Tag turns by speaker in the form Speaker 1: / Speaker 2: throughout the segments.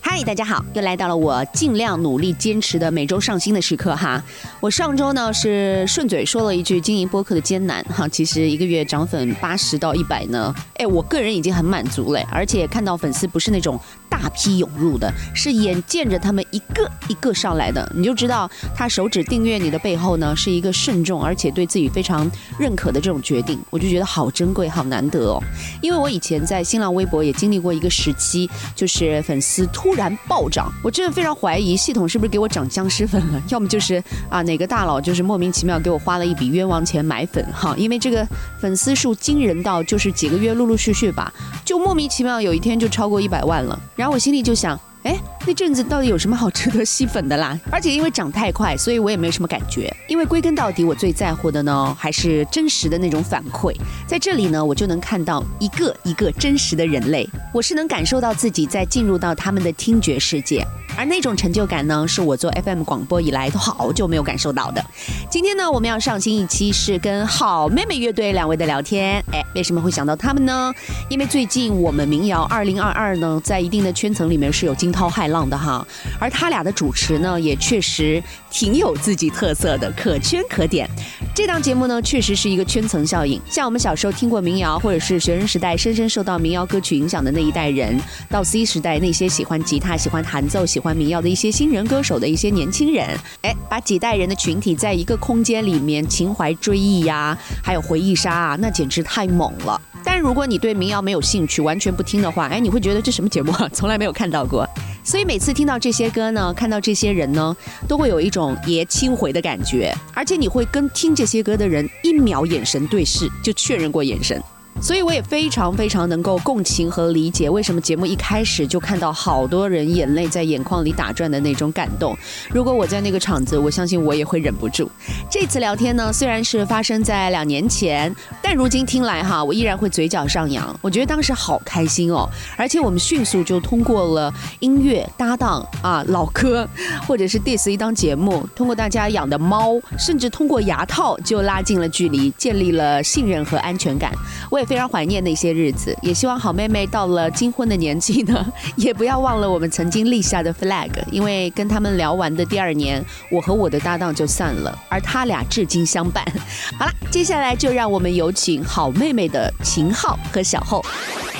Speaker 1: 嗨，大家好，又来到了我尽量努力坚持的每周上新的时刻哈。我上周呢是顺嘴说了一句经营播客的艰难哈，其实一个月涨粉八十到一百呢，哎，我个人已经很满足嘞，而且看到粉丝不是那种大批涌入的，是眼见着他们一个一个上来的，你就知道他手指订阅你的背后呢是一个慎重而且对自己非常认可的这种决定，我就觉得好珍贵，好难得哦。因为我以前在新浪微博也经历过一个时期，就是粉丝突然暴涨，我真的非常怀疑系统是不是给我涨僵尸粉了，要么就是啊哪个大佬就是莫名其妙给我花了一笔冤枉钱买粉哈，因为这个粉丝数惊人到就是几个月陆陆续续吧，就莫名其妙有一天就超过一百万了，然后我心里就想。哎，那阵子到底有什么好值得吸粉的啦？而且因为涨太快，所以我也没什么感觉。因为归根到底，我最在乎的呢，还是真实的那种反馈。在这里呢，我就能看到一个一个真实的人类，我是能感受到自己在进入到他们的听觉世界，而那种成就感呢，是我做 FM 广播以来都好久没有感受到的。今天呢，我们要上新一期是跟好妹妹乐队两位的聊天。哎，为什么会想到他们呢？因为最近我们民谣二零二二呢，在一定的圈层里面是有惊涛骇浪的哈，而他俩的主持呢，也确实挺有自己特色的，可圈可点。这档节目呢，确实是一个圈层效应。像我们小时候听过民谣，或者是学生时代深深受到民谣歌曲影响的那一代人，到 C 时代那些喜欢吉他、喜欢弹奏、喜欢民谣的一些新人歌手的一些年轻人，哎，把几代人的群体在一个空间里面情怀追忆呀、还有回忆杀啊，那简直太猛了。但如果你对民谣没有兴趣，完全不听的话，哎，你会觉得这什么节目啊， 从来没有看到过。所以每次听到这些歌呢，看到这些人呢，都会有一种爷青回的感觉，而且你会跟听这些歌的人一秒眼神对视，就确认过眼神。所以我也非常非常能够共情和理解，为什么节目一开始就看到好多人眼泪在眼眶里打转的那种感动。如果我在那个场子，我相信我也会忍不住。这次聊天呢，虽然是发生在两年前，但如今听来哈，我依然会嘴角上扬。我觉得当时好开心哦，而且我们迅速就通过了音乐搭档啊、老歌，或者是 diss 一档节目，通过大家养的猫，甚至通过牙套就拉近了距离，建立了信任和安全感。我也非常怀念那些日子，也希望好妹妹到了金婚的年纪呢， 也不要忘了我们曾经立下的 flag，因为跟他们聊完的第二年，我和我的搭档就散了，而他俩至今相伴。 好啦，接下来就让我们有请好妹妹的秦昊和小后。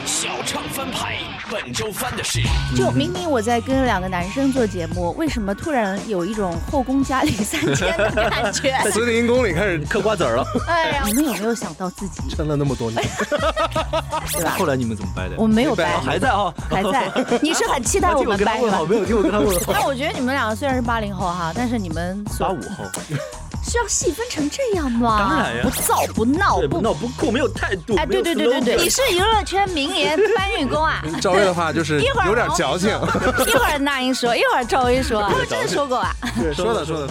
Speaker 2: 小唱翻牌，本周翻的是
Speaker 3: 就明明我在跟两个男生做节目，为什么突然有一种后宫佳丽三千的感觉？
Speaker 4: 私定宫里开始嗑瓜子儿了，
Speaker 3: 哎呀，你们有没有想到自己？
Speaker 4: 撑了那么多年，
Speaker 3: 对吧
Speaker 5: 后来你们怎么掰的？
Speaker 3: 我没有
Speaker 4: 明
Speaker 3: 掰
Speaker 4: 白，
Speaker 5: 还在啊，
Speaker 3: 还在。你是很期待
Speaker 5: 没有听我
Speaker 3: 我们
Speaker 5: 跟他
Speaker 3: 掰
Speaker 5: 问
Speaker 3: 吗
Speaker 5: 好，？没有听我跟他问 好。
Speaker 3: 但我觉得你们两个虽然是八零后哈，但是你们
Speaker 5: 八
Speaker 3: 所
Speaker 5: 五后，
Speaker 3: 是要细分成这样吗？
Speaker 5: 当然呀
Speaker 3: 不躁不闹
Speaker 5: 对，
Speaker 3: 不
Speaker 5: 哎不闹不酷，没有态度。
Speaker 3: 哎，对对对对对，你是娱乐圈名言搬运工 啊！
Speaker 4: 赵薇的话就是
Speaker 3: 一会儿
Speaker 4: 有点矫情。
Speaker 3: 一会儿那英说，一会儿赵薇说，他们真的说过啊。
Speaker 5: 对，
Speaker 4: 说的说的。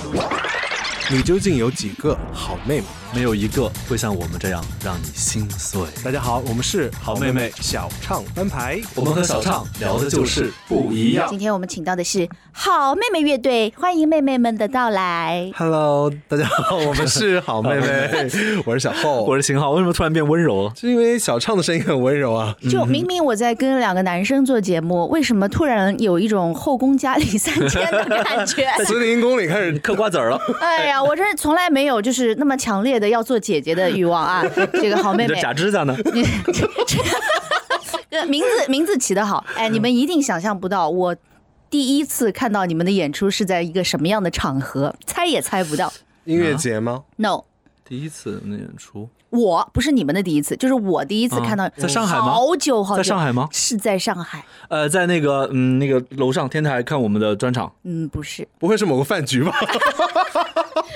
Speaker 4: 你究竟有几个好妹妹？
Speaker 5: 没有一个会像我们这样让你心碎。
Speaker 4: 大家好，我们是
Speaker 5: 好妹妹
Speaker 4: 小唱翻牌，
Speaker 5: 我们和小畅聊的就是不一样。
Speaker 3: 今天我们请到的是好妹妹乐队，欢迎妹妹们的到来。
Speaker 4: Hello，大家 好，我们是好妹妹，我是小后，
Speaker 5: 我是秦昊，为什么突然变温柔了？
Speaker 4: 是因为小唱的声音很温柔 啊。
Speaker 3: 就明明我在跟两个男生做节目，为什么突然有一种后宫佳丽三千的感 觉？
Speaker 4: 私定宫里开始
Speaker 5: 嗑瓜子儿了，
Speaker 3: 哎呀，我真是从来没有就是那么强烈的要做姐姐的欲 望啊！这个好妹
Speaker 5: 你
Speaker 3: 妹
Speaker 5: 的，假指甲呢？
Speaker 3: 你 这名字名字起得好，哎，你们一定想象不到我。第一次看到你们的演出是在一个什么样的场合，猜也猜不到。
Speaker 4: 音乐节吗？
Speaker 3: No，
Speaker 5: 第一次那演出，
Speaker 3: 我不是你们的第一次，就是我第一次看到。
Speaker 5: 嗯在上海吗
Speaker 3: 好久好
Speaker 5: 在
Speaker 3: 久，
Speaker 5: 上海吗
Speaker 3: 是在上海。
Speaker 5: 呃，在那个嗯那个楼上天台看我们的专场，
Speaker 3: 嗯，不是。
Speaker 4: 啊不会是某个饭局吧？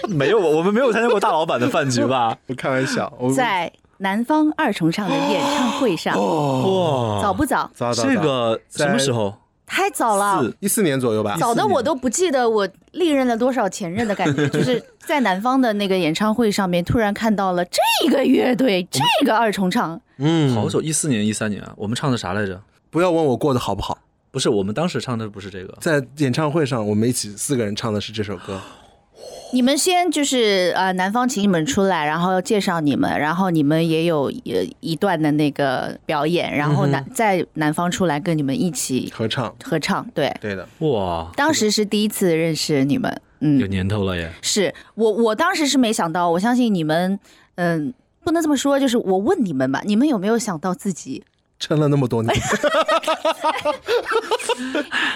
Speaker 5: 没有，我们没有参加过大老板的饭局 吧？
Speaker 4: 我开玩 笑，
Speaker 5: 哦
Speaker 4: 我
Speaker 3: 在南方二重唱的演唱会上，
Speaker 5: 哦哇，
Speaker 3: 早不早？
Speaker 4: 早早
Speaker 5: 这个
Speaker 4: 在
Speaker 5: 什么时候？
Speaker 3: 太早了
Speaker 5: 四，
Speaker 4: 一四年左右吧。
Speaker 3: 早的我都不记得我历任了多少前任的感觉， 就是在南方的那个演唱会上面，突然看到了这个乐队，这个二重唱，
Speaker 4: 嗯，
Speaker 5: 好久，一四年、一三年啊，我们唱的啥来着？
Speaker 4: 不要问我过得好不好，
Speaker 5: 不是，我们当时唱的不是这个，
Speaker 4: 在演唱会上我们一起四个人唱的是这首歌。
Speaker 3: 你们先就是呃，南方请你们出来，然后介绍你们，然后你们也有一一段的那个表演，然
Speaker 4: 嗯
Speaker 3: 后南、在南方出来跟你们一起
Speaker 4: 合唱，
Speaker 3: 合唱。对，
Speaker 4: 对的，
Speaker 6: 哇，
Speaker 3: 当时是第一次认识你们，嗯
Speaker 6: 有，年头了耶！
Speaker 3: 是我我当时是没想到，我相信你们，嗯、不能这么说，就是我问你们吧，你们有没有想到自己
Speaker 4: 撑了那么 多年，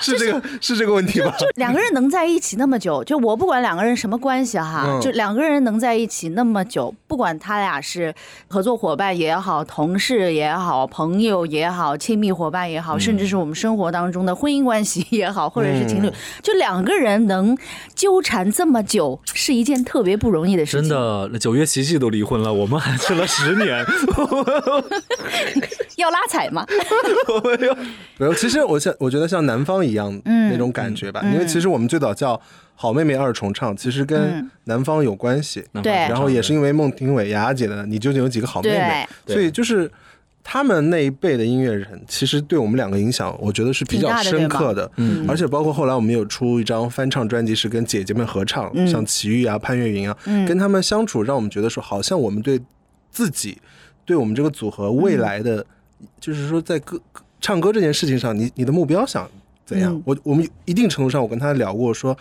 Speaker 4: 是这个是这个问题吧？
Speaker 3: 两个人能在一起那么久，就我不管两个人什么关系哈，
Speaker 4: 嗯
Speaker 3: 就两个人能在一起那么久，不管他俩是合作伙伴也好，同事也好，朋友也好，亲密伙伴也
Speaker 4: 嗯
Speaker 3: 好，甚至是我们生活当中的婚姻关系也好，或者是
Speaker 4: 嗯
Speaker 3: 情侣，就两个人能纠缠这么久，是一件特别不容易的事
Speaker 6: 真，
Speaker 3: 情。
Speaker 6: 的，那九月琪琪都离婚了，我们还撑了十年。
Speaker 3: 要拉踩吗？
Speaker 4: 没有，其实我像我觉得像南方一样那种感觉吧，因为其实我们最早叫好妹妹二重唱，其实跟南方有关系。
Speaker 3: 对
Speaker 4: 然后也是因为孟庭苇、雅雅姐的“你究竟有几个好妹妹”，所以就是他们那一辈的音乐人，其实对我们两个影响，我觉得是比较深刻的。嗯，而且包括后来我们有出一张翻唱专辑，是跟姐姐们合唱，像齐豫啊、潘越云啊，
Speaker 3: 嗯
Speaker 4: 跟他们相处，让我们觉得说，好像我们对自己、对我们这个组合未来的，就是说在歌唱歌这件事情上，你你的目标想怎样？我我们一定程度上，我跟他聊过说。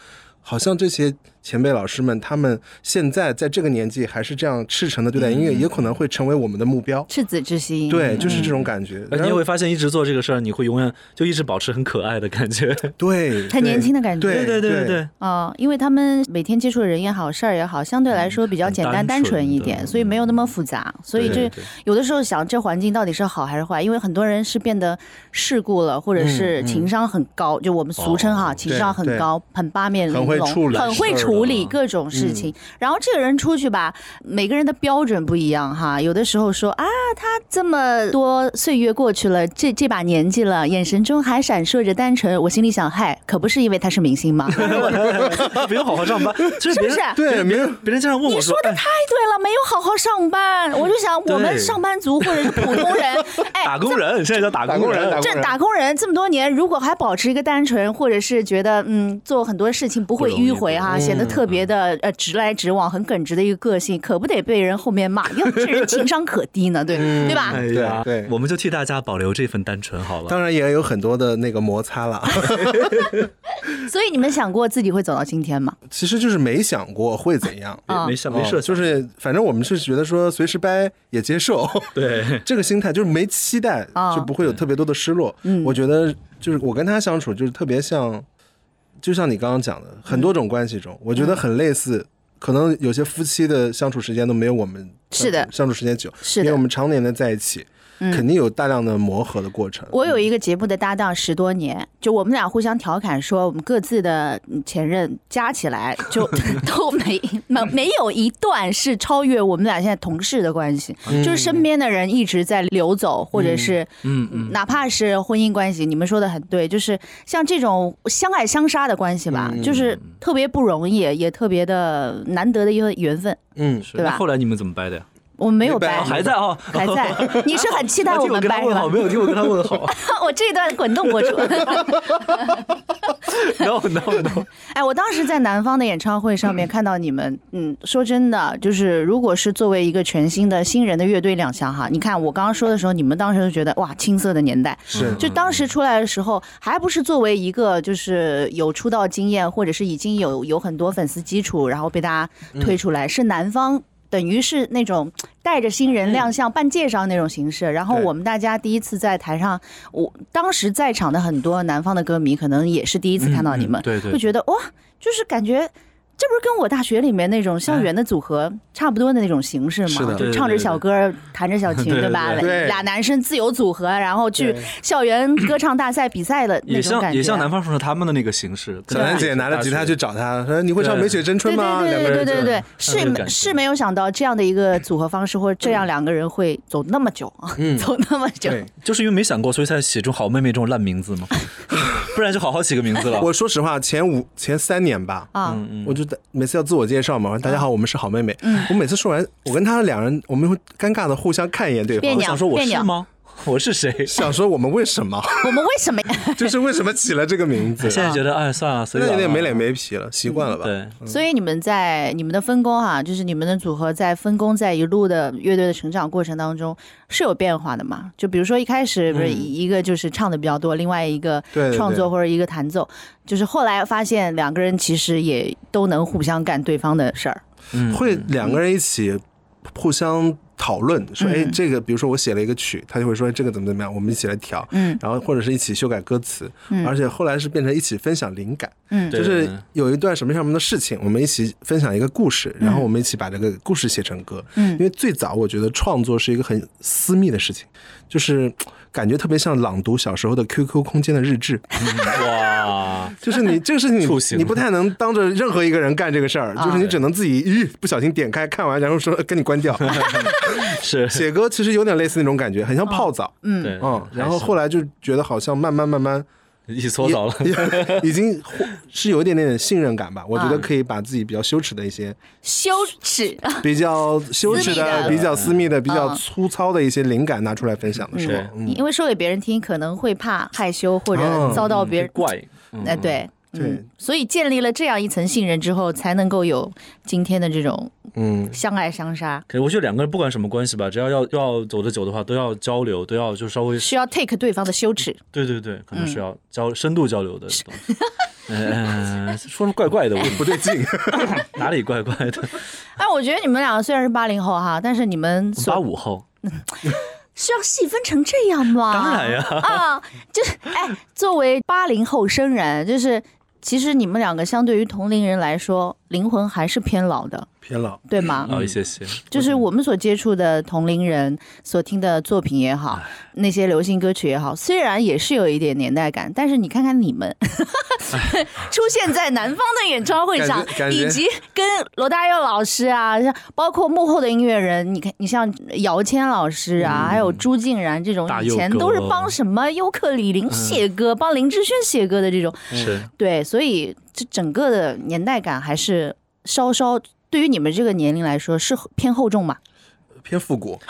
Speaker 4: 好像这些前辈老师们，他们现在在这个年纪还是这样赤诚的对待音乐，也可能会成为我们的目标。
Speaker 3: 赤子之心。
Speaker 4: 对，就是这种感觉。
Speaker 6: 而且
Speaker 4: 然
Speaker 6: 哎你
Speaker 4: 后
Speaker 6: 会发现，一直做这个事儿，你会永远就一直保持很可爱的感觉。
Speaker 4: 对，
Speaker 3: 很嗯年轻的感觉。
Speaker 4: 对
Speaker 6: 对
Speaker 4: 对
Speaker 6: 对对，
Speaker 3: 啊、因为他们每天接触的人也好，事儿也好，相对来说比较简单、
Speaker 6: 很
Speaker 3: 单
Speaker 6: 单纯
Speaker 3: 纯一
Speaker 6: 的
Speaker 3: 点，所以没有那么复杂。所以这有的时候想，这环境到底是好还是坏？因为很多人是变得世故了，或者是情商很高，就我们俗称哈，情商很
Speaker 4: 对
Speaker 3: 高，很八面玲珑，
Speaker 4: 很会处理
Speaker 3: 很会
Speaker 6: 事儿
Speaker 3: 处
Speaker 6: 了
Speaker 3: 理各种事情。然后这个人出去吧，每个人的标准不一样哈。有的时候说啊，他这么多岁月过去了，这这把年纪了，眼神中还闪烁着单纯。我心里想，嗨，可不是因为他是明星吗？
Speaker 6: 没有好好上班，就是别人
Speaker 3: 是不是
Speaker 4: 对，没有
Speaker 6: 别人经常问
Speaker 3: 你
Speaker 6: 我
Speaker 3: 说 的
Speaker 6: 哎
Speaker 3: 太对了，没有好好上班。我就想，我们
Speaker 6: 对
Speaker 3: 上班族或者是普通人， 哎，
Speaker 6: 打工人，现在叫打
Speaker 4: 打
Speaker 6: 工
Speaker 4: 工人，
Speaker 6: 人，
Speaker 3: 这打工人这么多年，如果还保持一个单纯，或者是觉得嗯做很多事情不会
Speaker 6: 不容易
Speaker 3: 迂回哈、显得特别
Speaker 6: 嗯
Speaker 3: 的呃直来直往、很耿直的一个个性，可不得被人后面骂，要这人情商可低呢，对对吧？
Speaker 6: 哎呀，
Speaker 4: 对对
Speaker 6: 我们就替大家保留这份单纯好了。
Speaker 4: 当然也有很多的那个摩擦啦。
Speaker 3: 所以你们想过自己会走到今天吗？
Speaker 4: 其实就是没想过会怎样。
Speaker 3: 啊
Speaker 6: 没事没事，
Speaker 4: 哦就是反正我们是觉得说随时掰也接受，
Speaker 6: 对，
Speaker 4: 这个心态就是没期待，
Speaker 3: 啊嗯
Speaker 4: 就不会有特别多的失落。我觉得就是我跟他相处，就是特别像，就像你刚刚讲的，很多种关系
Speaker 3: 嗯
Speaker 4: 中，我觉得很类似。可能有些夫妻的相处时间都没有我们
Speaker 3: 是的
Speaker 4: 相处相处时间久，
Speaker 3: 是
Speaker 4: 因为
Speaker 3: 的嗯
Speaker 4: 我们常年的在一起，肯定有大量的磨合的过程。
Speaker 3: 我有一个节目的搭档十多年，就我们俩互相调侃说，我们各自的嗯前任加起来 就都没没 没有一段是超越我们俩现在同事的关系，就是身边的人一直在流走，或者是
Speaker 6: 嗯嗯，
Speaker 3: 哪怕是婚姻关系，你们说的很对，就是像这种相爱相杀的关系吧，
Speaker 6: 嗯
Speaker 3: 就是特别不容易，也特别的难得的一个缘分。
Speaker 4: 嗯，
Speaker 6: 是。
Speaker 3: 对吧
Speaker 6: 那后来你们怎么掰的呀？
Speaker 3: 我们没有
Speaker 4: 没掰
Speaker 3: 掰，
Speaker 4: 哦
Speaker 6: 还在啊，
Speaker 3: 还 在，你是很期待
Speaker 6: 没
Speaker 3: 我
Speaker 6: 有
Speaker 3: 们
Speaker 6: 跟他
Speaker 3: 掰是
Speaker 6: 问
Speaker 3: 吧
Speaker 6: 好，？没有听我跟他问好。
Speaker 3: 我这段滚动播出。
Speaker 6: no no no，
Speaker 3: 哎，我当时在南方的演唱会上面看到你们，嗯，说真的，就是如果是作为一个全新的新人的乐队亮相哈，你看我刚刚说的时候，你们当时就觉得哇，青涩的年代，
Speaker 4: 是
Speaker 3: 就当时出来的时候，还不是作为一个就是有出道经验，或者是已经有有很多粉丝基础，然后被大家推出来，是南方。等于是那种带着新人亮相、办介绍那种形式，然后
Speaker 4: 对
Speaker 3: 我们大家第一次在台上，我当时在场的很多南方的歌迷可能也是第一次看到你们，
Speaker 6: 嗯对对
Speaker 3: 会觉得哇，就是感觉。这不是跟我大学里面那种
Speaker 6: 哎
Speaker 3: 校园的组合差不多的那种形式吗？
Speaker 4: 是的
Speaker 3: 就唱着小歌，弹着 小琴，
Speaker 6: 对对
Speaker 3: 吧？
Speaker 6: 对
Speaker 4: 对
Speaker 3: 俩男生自由组合，然后去
Speaker 4: 对
Speaker 3: 校园歌唱大赛比赛的那
Speaker 6: 也
Speaker 3: 种
Speaker 6: 像
Speaker 3: 感觉。
Speaker 6: 也像南方说说他们的那个形式。
Speaker 4: 小兰姐拿着吉他去找他，说：“你会唱《
Speaker 6: 对
Speaker 4: 美雪真春》
Speaker 3: 对
Speaker 4: 吗？”两
Speaker 3: 对
Speaker 4: 个
Speaker 3: 对对
Speaker 4: 人
Speaker 3: 对对对，
Speaker 6: 两个人
Speaker 3: 是
Speaker 6: 就
Speaker 3: 是没有想到这样的一个组合方式，或者
Speaker 6: 嗯
Speaker 3: 这样两个人会走那么久，啊走那么久。
Speaker 4: 对
Speaker 6: 就是因为没想过，所以才起这种好妹妹这种烂名字 嘛，不然就好好起个名字了。
Speaker 4: 我说实话，前五前三年吧，
Speaker 3: 啊，
Speaker 6: 嗯
Speaker 4: 我就在每次要自我介绍嘛，大家好，我们是好
Speaker 3: 嗯
Speaker 4: 妹妹。我每次说完，我跟他两人，我们会尴尬的互相看一眼对
Speaker 3: 别
Speaker 4: 方
Speaker 6: 我
Speaker 3: 扭。
Speaker 6: 想说我
Speaker 3: 变
Speaker 6: 是
Speaker 3: 鸟
Speaker 6: 吗？我是谁？
Speaker 4: 想说我们为 什么，
Speaker 3: 我们为什么呀？
Speaker 4: 就是为什么起了这个名
Speaker 3: 啊
Speaker 4: 字？
Speaker 6: 现在觉得哎算了，随
Speaker 4: 那
Speaker 6: 便
Speaker 4: 有
Speaker 6: 吧
Speaker 4: 点没脸没皮了，习惯了吧？
Speaker 6: 嗯对，
Speaker 3: 所以你们在你们的分工哈、就是你们的组合在分工在一路的乐队的成长过程当中是有变化的嘛？就比如说一开始不是一个就是唱的比较多，另外一个
Speaker 4: 嗯对对
Speaker 3: 创作
Speaker 4: 对
Speaker 3: 或者一个弹奏，就是后来发现两个人其实也都能互相干对方的事儿。
Speaker 6: 嗯
Speaker 4: 会两个人一起互相讨论，说哎
Speaker 3: 嗯
Speaker 4: 这个，比如说我写了一个曲，他就会说哎这个怎么怎么样，我们一起来调，
Speaker 3: 嗯
Speaker 4: 然后或者是一起修改歌词，
Speaker 3: 嗯
Speaker 4: 而且后来是变成一起分享灵感，
Speaker 3: 嗯
Speaker 6: 对
Speaker 4: 就是
Speaker 6: 对对
Speaker 4: 有一段什么什么的事情，我们一起分享一个故事，
Speaker 6: 嗯
Speaker 4: 然后我们一起把这个故事写成歌。
Speaker 3: 嗯
Speaker 4: 因为最早我觉得创作是一个很私密的事情，就是嘖感觉特别像朗读小时候的 QQ 空间的 日志，
Speaker 6: 嗯哇，
Speaker 4: 就是你这个事情
Speaker 6: 触啊形
Speaker 4: 你你不太能当着任何一个人干这个事儿，就是你只能自己咦不小心点开看完，然后说呃跟你 关掉。
Speaker 6: 是，
Speaker 4: 写歌其实有点类似那种感觉，很像泡
Speaker 6: 哦
Speaker 4: 澡，
Speaker 6: 对，
Speaker 4: 嗯，然后后来就觉得好像慢慢慢慢。
Speaker 6: 一起搓澡了，
Speaker 4: 也 已经获是有一点点信任感吧。我觉
Speaker 6: 啊
Speaker 4: 得可以把自己比较羞耻的一些、
Speaker 3: 羞耻，
Speaker 4: 比较羞
Speaker 3: 私
Speaker 4: 耻
Speaker 3: 密的
Speaker 4: 比较私密的、比较粗糙的一些灵感拿出来分享的时 候
Speaker 6: 对，
Speaker 4: 嗯
Speaker 3: 因为说给别人听可能会怕害羞或者
Speaker 4: 嗯
Speaker 3: 遭到别人
Speaker 6: 怪，
Speaker 3: 哎，对，嗯
Speaker 4: 对，
Speaker 3: 所以建立了这样一层信任之后，才能够有今天的这种
Speaker 4: 嗯，
Speaker 3: 相爱相杀，
Speaker 6: 可是我觉得两个人不管什么关系吧，只要要要走得久的话，都要交流，都要就稍微，
Speaker 3: 需要 take 对方的羞耻。
Speaker 6: 对对对，可能是要交、深度交流的东西。呃，说的怪怪的，我
Speaker 4: 不对劲。
Speaker 6: 哪里怪怪的？
Speaker 3: 哎，我觉得你们两个虽然是八零后哈，但是你们
Speaker 6: 八
Speaker 3: 所
Speaker 6: 五后，
Speaker 3: 是要细分成这样吗？
Speaker 6: 当然呀
Speaker 3: 啊，就是哎，作为八零后生人，就是其实你们两个相对于同龄人来说，灵魂还是偏老的，
Speaker 4: 偏老，
Speaker 3: 对吗？
Speaker 6: 啊，谢谢。
Speaker 3: 就是我们所接触的同龄人所听的作品也好，
Speaker 4: 哎
Speaker 3: 那些流行歌曲也好，虽然也是有一点年代感，但是你看看你 们出现在南方的演唱会上
Speaker 4: 感觉，感觉
Speaker 3: 以及跟罗大佑老师啊，像包括幕后的音乐人，你看，你像姚谦老师啊，
Speaker 4: 嗯
Speaker 3: 还有朱静然这种
Speaker 6: 大，
Speaker 3: 以
Speaker 6: 佑
Speaker 3: 前
Speaker 6: 哥
Speaker 3: 都是帮什么尤克里里写歌，帮林志炫写歌的这
Speaker 4: 嗯
Speaker 3: 种，
Speaker 6: 是，
Speaker 3: 对，所以这整个的年代感还是稍稍。对于你们这个年龄来说，是偏厚重嘛？
Speaker 4: 偏复古，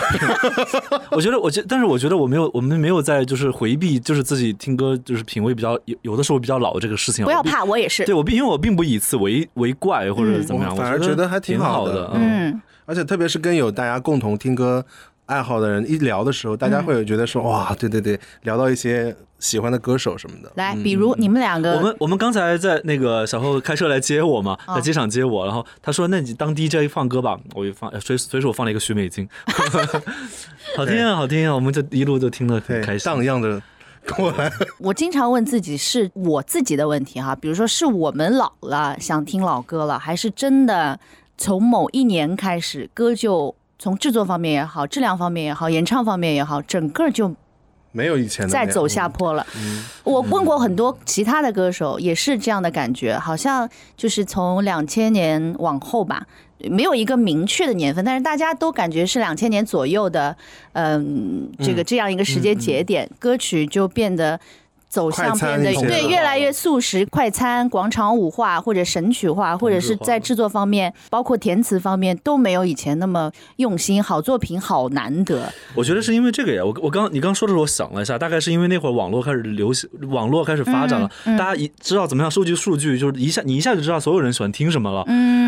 Speaker 6: 我觉得，我觉，但是我觉得我没有，我们没有在就是回避，就是自己听歌就是品味比较有有的时候比较老这个事情。啊
Speaker 3: 不要
Speaker 6: 我并。
Speaker 3: 怕，我也是。
Speaker 6: 对我并，因为我并不以此为为怪或者怎么样，我
Speaker 4: 嗯我反而
Speaker 6: 觉
Speaker 4: 觉得还
Speaker 6: 挺
Speaker 4: 挺好
Speaker 6: 的
Speaker 4: 的。
Speaker 6: 嗯，
Speaker 3: 嗯，
Speaker 4: 而且特别是跟有大家共同听歌爱好的人一聊的时候，大家会有觉得说、
Speaker 3: 嗯
Speaker 4: 哇，对对对，聊到一些喜欢的歌手什么的。
Speaker 3: 来，比如你们两个，
Speaker 6: 嗯我们我们刚才在那个小后开车来接我嘛，
Speaker 3: 呃啊
Speaker 6: 在机场接我，然后他说：“那你当 DJ 放歌吧。”我就放呃随随手放了一个许美静， 好听啊，好听啊，我们就一路就听得很开
Speaker 4: 对，
Speaker 6: 心。
Speaker 4: 荡漾着过来，
Speaker 3: 我经常问自己，是我自己的问题哈，比如说是我们老了想听老歌了，还是真的从某一年开始，歌就从制作方面也好，质量方面也好，演唱方面也好，整个就
Speaker 4: 没有以嗯前的那
Speaker 3: 再
Speaker 4: 样
Speaker 3: 走下坡了。我问过很多其他的歌手，也是这样的感觉，好像就是从两千年往后吧，没有一个明确的年份，但是大家都感觉是两千年左右的，嗯，这个这样一个时间节点，歌曲就变得。走向
Speaker 4: 嗯快餐
Speaker 3: 变得
Speaker 4: 一些
Speaker 3: 对
Speaker 4: 了
Speaker 3: 越来越速食、快餐、广场舞化或者神曲化，或者是在制作方面，包括填词方面都没有以前那么用心，好作品好难得。
Speaker 6: 我觉得是因为这个呀，我我刚你刚说的时候我想了一下，大概是因为那会儿网络开始流行，网络开始发展了，大家一知道怎么样收集数据，就是一下你一下就知道所有人喜欢听什么了，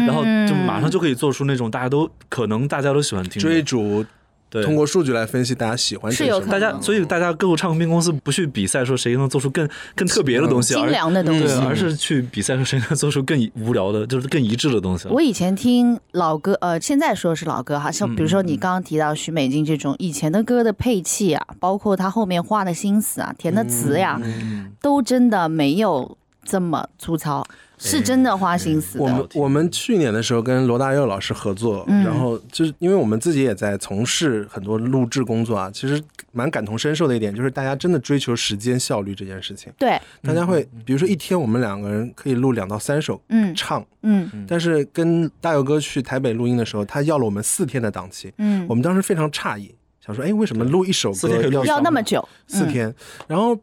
Speaker 6: 然后就马上就可以做出那种大家都可能大家都喜欢听的
Speaker 4: 追逐，
Speaker 6: 对
Speaker 4: 通过数据来分析大家喜欢
Speaker 3: 是
Speaker 4: 谁
Speaker 3: 有
Speaker 4: 什么
Speaker 3: 可
Speaker 6: 大家，所以大家各个唱片公司不去比赛说谁能做出更更特别的东西，
Speaker 3: 精
Speaker 6: 而
Speaker 3: 良的东
Speaker 4: 嗯
Speaker 3: 西
Speaker 6: 对，而是去比赛说谁能做出更无聊的，就是更一致的东西。
Speaker 3: 我以前听老歌，呃，现在说是老歌哈，
Speaker 4: 嗯
Speaker 3: 像比如说你刚刚提到许美静这种以前的歌的配器啊，包括她后面花的心思啊、填的词呀、
Speaker 4: 嗯
Speaker 3: 都真的没有这么粗糙，是真的花心思
Speaker 4: 哎我
Speaker 3: 的。
Speaker 4: 们我们去年的时候跟罗大佑老师合作，
Speaker 3: 嗯
Speaker 4: 然后就是因为我们自己也在从事很多录制工作啊，其实蛮感同身受的一点就是大家真的追求时间效率这件事情。
Speaker 3: 对，
Speaker 4: 大家会比如说一天我们两个人可以录两到三首
Speaker 3: 嗯
Speaker 4: 唱，
Speaker 3: 嗯
Speaker 4: 但是跟大佑哥去台北录音的时候，他要了我们四天的档期，
Speaker 3: 嗯
Speaker 4: 我，们当时非常诧异，想说哎为什么录一首
Speaker 6: 四
Speaker 4: 歌
Speaker 6: 天可以录
Speaker 4: 要
Speaker 6: 一
Speaker 3: 要那么久，
Speaker 4: 四天，然后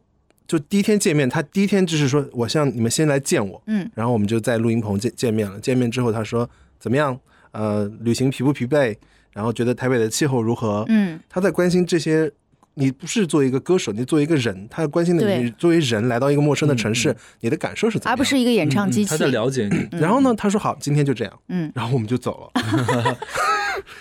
Speaker 4: 就第一天见面，他第一天就是说，我向你们先来见我，
Speaker 3: 嗯，
Speaker 4: 然后我们就在录音棚见见面了。见面之后，他说怎么样？呃，旅行疲不疲惫？然后觉得台北的气候如何？
Speaker 3: 嗯，
Speaker 4: 他在关心这些你不是作为一个歌手，你作为一个人，他关心的
Speaker 3: 对
Speaker 4: 你作为人来到一个陌
Speaker 6: 嗯
Speaker 4: 生的城市，你的感受是怎
Speaker 3: 而
Speaker 4: 么样？嗯
Speaker 3: 不是一个演唱机器
Speaker 6: 他。在了解你，
Speaker 4: 然后呢，他说好，今天就这样，
Speaker 3: 嗯，
Speaker 4: 然后我们就走了。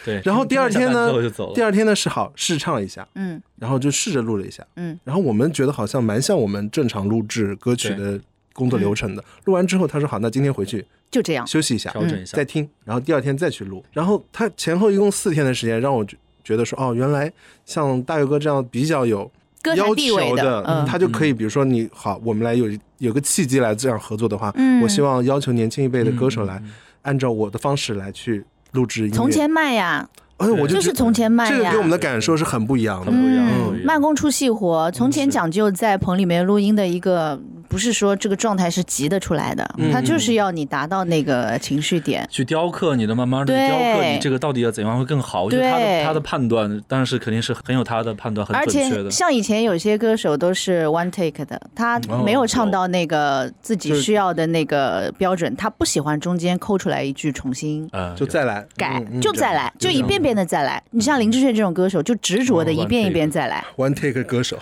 Speaker 6: 对。
Speaker 4: 然后第二天
Speaker 6: 听了一
Speaker 4: 呢
Speaker 6: 下伴奏就走，了
Speaker 4: 第二天呢是好试唱一下，
Speaker 3: 嗯，
Speaker 4: 然后就试着录了一下，
Speaker 3: 嗯，
Speaker 4: 然后我们觉得好像蛮像我们正常录制歌曲的工作流程的。
Speaker 3: 嗯
Speaker 4: 录完之后，他说好，那今天回去
Speaker 3: 就这样。
Speaker 4: 休息一下，
Speaker 6: 调整一下
Speaker 4: 再听，然后第二天再去录。然后他前后一共四天的时间，让我觉觉得说，哦，原来像大佑哥这样比较有
Speaker 3: 歌坛
Speaker 4: 要
Speaker 3: 地位
Speaker 4: 求
Speaker 3: 的嗯
Speaker 4: 他就可以，比如说你好，我们来有有个契机来这样合作的话，
Speaker 3: 嗯
Speaker 4: 我希望要求年轻一辈的歌手来按照我的方式来去录制音乐。
Speaker 3: 嗯从，前慢呀，
Speaker 4: 哎，我
Speaker 3: 就
Speaker 4: 就觉
Speaker 3: 是从前慢
Speaker 4: 这个
Speaker 3: 呀
Speaker 4: 给我。们的感受是很不一样的
Speaker 6: 很。不一样，很不
Speaker 3: 嗯
Speaker 6: 一，样嗯
Speaker 3: 慢工出细活。从前讲究在棚里面录音的一个，不是说这个状态是急得出来的，
Speaker 6: 嗯
Speaker 3: 他就是要你达到那个情绪点。
Speaker 6: 去雕刻你的，慢慢的
Speaker 3: 对
Speaker 6: 雕刻你这个到底要怎样会更好？我觉得他
Speaker 3: 对
Speaker 6: 的他的判断当然是肯定是很有他的判断，很
Speaker 3: 而
Speaker 6: 准确的
Speaker 3: 且。像以前有些歌手都是 one take 的，他没有唱到那个自己需要的那个标准，他不喜欢中间抠出来一句重新
Speaker 6: 呃，
Speaker 4: 就再来
Speaker 3: 改
Speaker 4: 嗯，嗯
Speaker 3: 就再来，就一遍遍的再来。你像林志炫这种歌手，就执
Speaker 6: 嗯
Speaker 3: 着的一遍一遍再来，
Speaker 4: one take 歌手，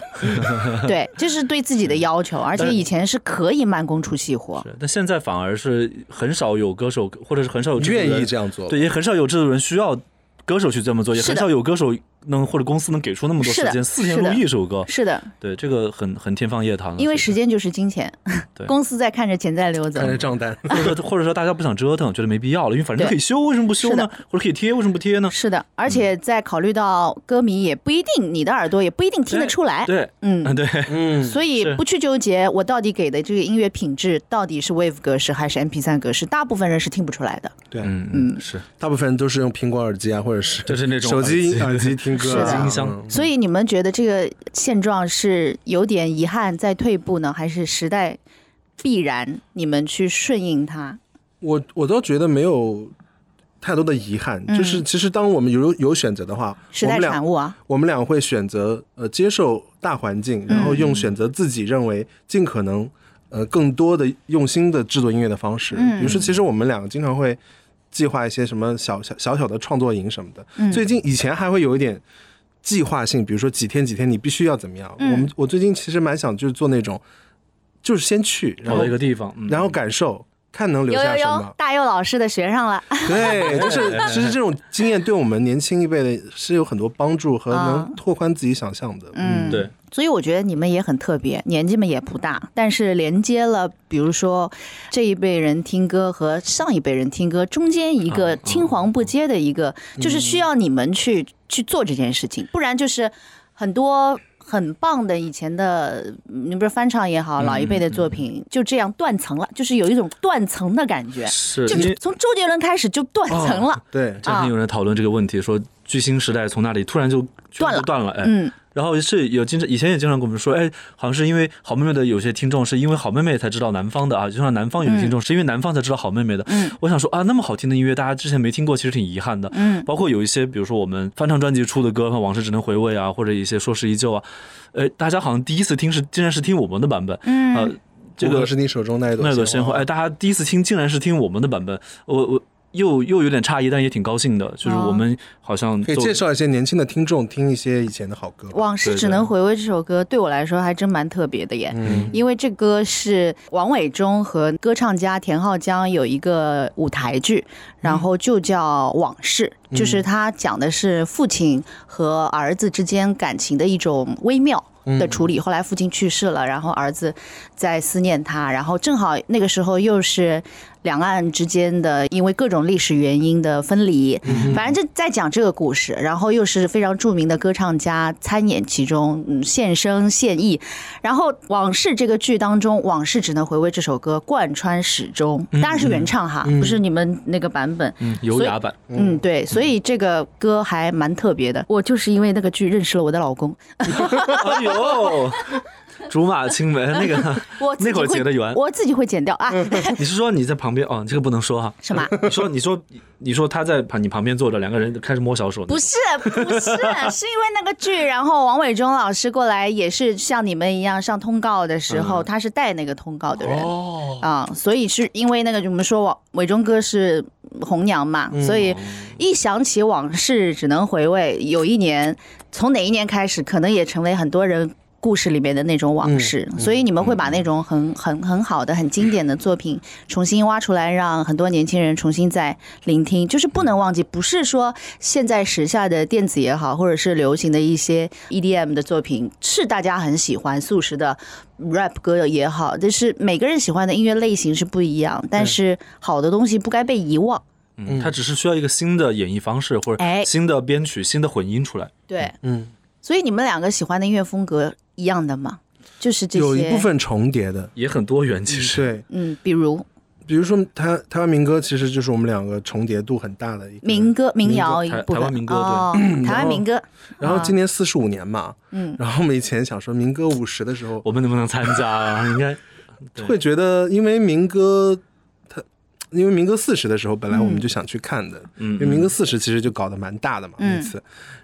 Speaker 3: 对，这是对自己的 要求，而且以前是可以慢工出细活。
Speaker 6: 是但现在反而是很少有歌手，或者是很少有制作人
Speaker 4: 愿意这样做。
Speaker 6: 对，也很少有制作人需要歌手去这么做，也
Speaker 3: 是的
Speaker 6: 很少有歌手能或者公司能给出那么多
Speaker 3: 是
Speaker 6: 时
Speaker 3: 的
Speaker 6: 间，四天
Speaker 3: 是的
Speaker 6: 录一首歌。
Speaker 3: 是的，
Speaker 6: 对，这个很很天方夜谭了。
Speaker 3: 因为
Speaker 6: 其
Speaker 3: 时
Speaker 6: 实
Speaker 3: 间就是金 钱，
Speaker 6: 对
Speaker 3: 公司在看着钱在流走
Speaker 4: 看。着账单，
Speaker 6: 或 者说或者说大家不想折腾，觉得没必要了，因为反正
Speaker 3: 对
Speaker 6: 可以修，为什么不修呢？或者可以贴，为什么不贴呢？
Speaker 3: 是的，而且在考虑到歌迷也不一定，你的耳朵也不一定听得出来。
Speaker 6: 对，
Speaker 3: 嗯，
Speaker 6: 嗯，对，
Speaker 4: 嗯，
Speaker 3: 所以
Speaker 6: 是
Speaker 3: 不去纠结我到底给的这个音乐品质到底是 wave 格式还是 MP 3格式，大部分人是听不出来的。
Speaker 4: 对，
Speaker 6: 嗯嗯是。
Speaker 4: 大部分人都是用苹果耳机啊，或者是
Speaker 6: 就是那种
Speaker 4: 手机
Speaker 6: 耳
Speaker 4: 耳机听歌
Speaker 3: 是
Speaker 4: 啊，
Speaker 3: 的
Speaker 6: 音箱
Speaker 4: 嗯
Speaker 3: 所以你们觉得这个现状是有点遗憾在退步呢，还是时代必然你们去顺应它？
Speaker 4: 我我倒觉得没有太多的遗憾，
Speaker 3: 嗯
Speaker 4: 就是其实当我们有有选择的话，
Speaker 3: 时
Speaker 4: 我们
Speaker 3: 代
Speaker 4: 俩
Speaker 3: 产物啊，
Speaker 4: 我们俩会选择呃接受大环境，然后用选择自己认为尽可能呃更多的用心的制作音乐的方式。
Speaker 3: 嗯
Speaker 4: 比如说，其实我们两个经常会计划一些什么小小小小的创作营什么的。
Speaker 3: 嗯
Speaker 4: 最近以前还会有一点。计划性，比如说几天几天你必须要怎么样？
Speaker 3: 嗯
Speaker 4: 我们我最近其实蛮想就是做那种，就是先去，然
Speaker 6: 找
Speaker 4: 后
Speaker 6: 到一个地方，嗯
Speaker 4: 然后感受，看能留
Speaker 3: 有
Speaker 4: 下
Speaker 3: 有
Speaker 4: 什
Speaker 3: 有
Speaker 4: 么，。
Speaker 3: 大佑老师的学上了，
Speaker 4: 对，就是其实这种经验对我们年轻一辈的是有很多帮助和能拓宽自己想象的。
Speaker 3: 啊嗯，
Speaker 6: 对。
Speaker 3: 所以我觉得你们也很特别，年纪们也不大，但是连接了，比如说这一辈人听歌和上一辈人听歌中间
Speaker 6: 嗯
Speaker 3: 一个青黄不接的一个，就是需要你们去、去做这件事情，不然就是很多很棒的以前的，嗯你不是翻唱也好，老一辈的
Speaker 6: 嗯
Speaker 3: 作品、就这样断层了，就是有一种断层的感觉，
Speaker 6: 是
Speaker 3: 就
Speaker 6: 因为哦
Speaker 3: 从周杰伦开始就断层了，
Speaker 4: 对，
Speaker 6: 之前有
Speaker 3: 啊
Speaker 6: 人讨论这个问题，说巨星时代从那里突然就全
Speaker 3: 断
Speaker 6: 部
Speaker 3: 了
Speaker 6: 断了，哎，
Speaker 3: 嗯，
Speaker 6: 然后是有经常以前也经常跟我们说，哎，好像是因为好妹妹的有些听众是因为好妹妹才知道南方的啊，就像南方有些听众是因为南方才知道好妹妹的。
Speaker 3: 嗯，
Speaker 6: 我想说啊，那么好听的音乐大家之前没听过，其实挺遗憾的。
Speaker 3: 嗯，
Speaker 6: 包括有一些比如说我们翻唱专辑出的歌，像《往事只能回味》啊，或者一些《说是依旧》啊，呃，大家好像第一次听是竟然是听我们的版本，嗯，呃，这
Speaker 4: 不
Speaker 6: 个
Speaker 4: 可是你手中那一朵
Speaker 6: 那朵
Speaker 4: 鲜
Speaker 6: 鲜花，哎，大家第一次听竟然是听我们的版本，我我又又有点诧异，但也挺高兴的，就是
Speaker 3: 哦
Speaker 6: 我们好像
Speaker 4: 可以
Speaker 6: 做
Speaker 4: 介绍一些年轻的听众听一些以前的好歌
Speaker 3: 《往事只能回味》这首歌对我来说还真蛮特别的耶，因为这歌是王伟忠和歌唱家田浩江有一个舞台剧，然后就叫《往事》，就是他讲的是父亲和儿子之间感情的一种微妙。的处理，后来父亲去世了，然后儿子在思念他，然后正好那个时候又是两岸之间的因为各种历史原因的分离，
Speaker 6: 嗯
Speaker 3: 反正就在讲这个故事，然后又是非常著名的歌唱家参演其中，嗯，献声献艺。然后《往事》这个剧当中，《往事只能回味》这首歌贯穿始终，当然是原唱哈，不是你们那个版本。
Speaker 6: 嗯优雅版，
Speaker 3: 嗯，对，所以这个歌还蛮特别的。我就是因为那个剧认识了我的老公，
Speaker 6: 哎呦，竹马青梅那个
Speaker 3: 我自己
Speaker 6: 那会儿
Speaker 3: 会
Speaker 6: 结的嗯缘。
Speaker 3: 我自己会剪掉啊。
Speaker 6: 你是说你在旁边哦？这个不能说哈。
Speaker 3: 什么
Speaker 6: 你说你说你说他在旁你旁边坐着，两个人开始摸小手。
Speaker 3: 不是不是，是因为那个剧，然后王伟忠老师过来也是像你们一样上通告的时候，他是带那个通告的人啊、所以是因为那个我们说王伟忠哥是红娘嘛，所以一想起往事只能回味。有一年，从哪一年开始，可能也成为很多人。故事里面的那种往事，所以你们会把那种很、很很好的、很经典的作品重新挖出来，让很多年轻人重新再聆听。就是不能忘记，不是说现在时下的电子也好，或者是流行的一些 EDM 的作品是大家很喜欢素食的 rap 歌也好，但是每个人喜欢的音乐类型是不一样，但是好的东西不该被遗忘。
Speaker 6: 嗯，他只是需要一个新的演绎方式，或
Speaker 3: 哎
Speaker 6: 者新的编曲、新的混音出来。
Speaker 3: 对，
Speaker 4: 嗯，
Speaker 3: 所以你们两个喜欢的音乐风格一样的吗？就是这些，
Speaker 4: 有一部，分重叠的，
Speaker 6: 也很多元，其实。
Speaker 4: 对，
Speaker 3: 嗯，比如
Speaker 4: 比如说台台湾民歌，其实就是我们两个重叠度很大的一个
Speaker 3: 民歌、民谣一
Speaker 6: 民歌台
Speaker 3: 部分，
Speaker 6: 台湾民歌对
Speaker 3: 哦，台湾民 歌，
Speaker 4: 然后今年四十五年嘛，
Speaker 3: 啊嗯，
Speaker 4: 然后我们以前想说民歌五十的时候，
Speaker 6: 我们能不能参加啊？ 应该对
Speaker 4: 会觉得因为民歌它，因为民歌四十的时候，本来我们就想去看的，
Speaker 6: 嗯
Speaker 4: 因为民歌四十其实就搞得蛮大的嘛、
Speaker 3: 嗯
Speaker 4: 那次，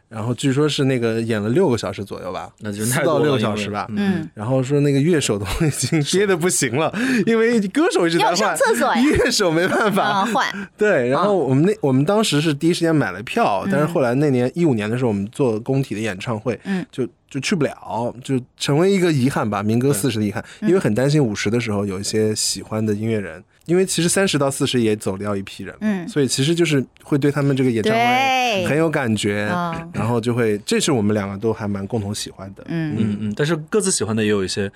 Speaker 4: 然后据说是那个演了六个小时左右吧，
Speaker 6: 那就
Speaker 4: 四
Speaker 6: 太
Speaker 4: 到
Speaker 6: 多了
Speaker 4: 六
Speaker 6: 因
Speaker 4: 个
Speaker 6: 为
Speaker 4: 小时吧。
Speaker 3: 嗯，
Speaker 4: 然后说那个乐手都已经憋得不行了，因为歌手一直在
Speaker 3: 要
Speaker 4: 换，
Speaker 3: 上厕所呀
Speaker 4: 乐手没办法，
Speaker 3: 啊，嗯换，
Speaker 4: 对，然后我们那、我们当时是第一时间买了票，但是后来那年一五年的时候，我们做工体的演唱会，
Speaker 3: 嗯
Speaker 4: 就就去不了，就成为一个遗憾吧，民歌四十的遗憾，
Speaker 3: 嗯
Speaker 4: 因为很担心五十的时候有一些喜欢的音乐人，因为其实三十到四十也走掉一批人，
Speaker 3: 嗯
Speaker 4: 所以其实就是会对他们这个演唱会
Speaker 3: 对
Speaker 4: 很有感觉，
Speaker 3: 啊
Speaker 4: 然后就会，这是我们两个都还蛮共同喜欢的，
Speaker 3: 嗯
Speaker 6: 嗯嗯，但是各自喜欢的也有一些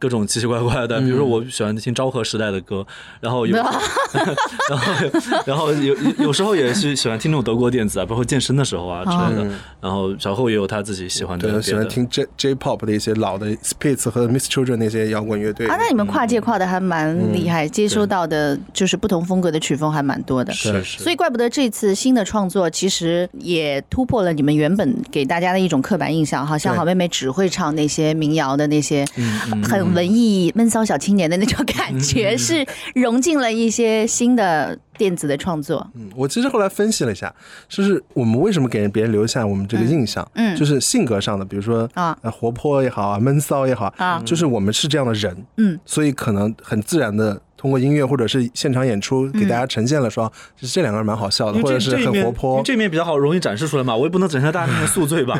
Speaker 6: 各种奇奇怪怪的，比
Speaker 3: 嗯
Speaker 6: 如说我喜欢听昭和时代的歌，然后 有，然后然后有有有时候也是喜欢听那种德国电子啊，包括健身的时候啊之类
Speaker 3: 哦
Speaker 6: 的。然后小后也有他自己喜欢的
Speaker 4: 对，
Speaker 6: 别
Speaker 4: 我
Speaker 6: 的，
Speaker 4: 喜欢听 J J pop 的一些老的 Spitz 和 Miss Children 那些摇滚乐队，
Speaker 3: 啊，那你们
Speaker 6: 嗯
Speaker 3: 跨界跨的还蛮厉害，接收到的就是不同风格的曲风还蛮多的。
Speaker 6: 是是，
Speaker 3: 所以怪不得这次新的创作其实也突破了你们原本给大家的一种刻板印象，好像
Speaker 4: 对嗯
Speaker 3: 好妹妹只会唱那些民谣的那些很文艺闷骚小青年的那种感觉，是融进了一些新的电子的创作。
Speaker 4: 嗯我其实后来分析了一下，就是我们为什么给别人留下我们这个印象，
Speaker 3: 嗯嗯
Speaker 4: 就是性格上的，比如说
Speaker 3: 啊
Speaker 4: 呃活泼也好啊，闷骚也好
Speaker 3: 啊
Speaker 4: 就是我们是这样的人，
Speaker 3: 嗯，
Speaker 4: 所以可能很自然的通过音乐或者是现场演出给
Speaker 3: 嗯
Speaker 4: 大家呈现了说，哦就是这两个人蛮好笑的，
Speaker 6: 因
Speaker 4: 或
Speaker 6: 为
Speaker 4: 者
Speaker 6: 这
Speaker 4: 是
Speaker 6: 这一
Speaker 4: 很
Speaker 6: 面
Speaker 4: 活
Speaker 6: 因为
Speaker 4: 泼，
Speaker 6: 这一面比较好，容易展示出来嘛。我也不能展现在大家面 前宿醉吧？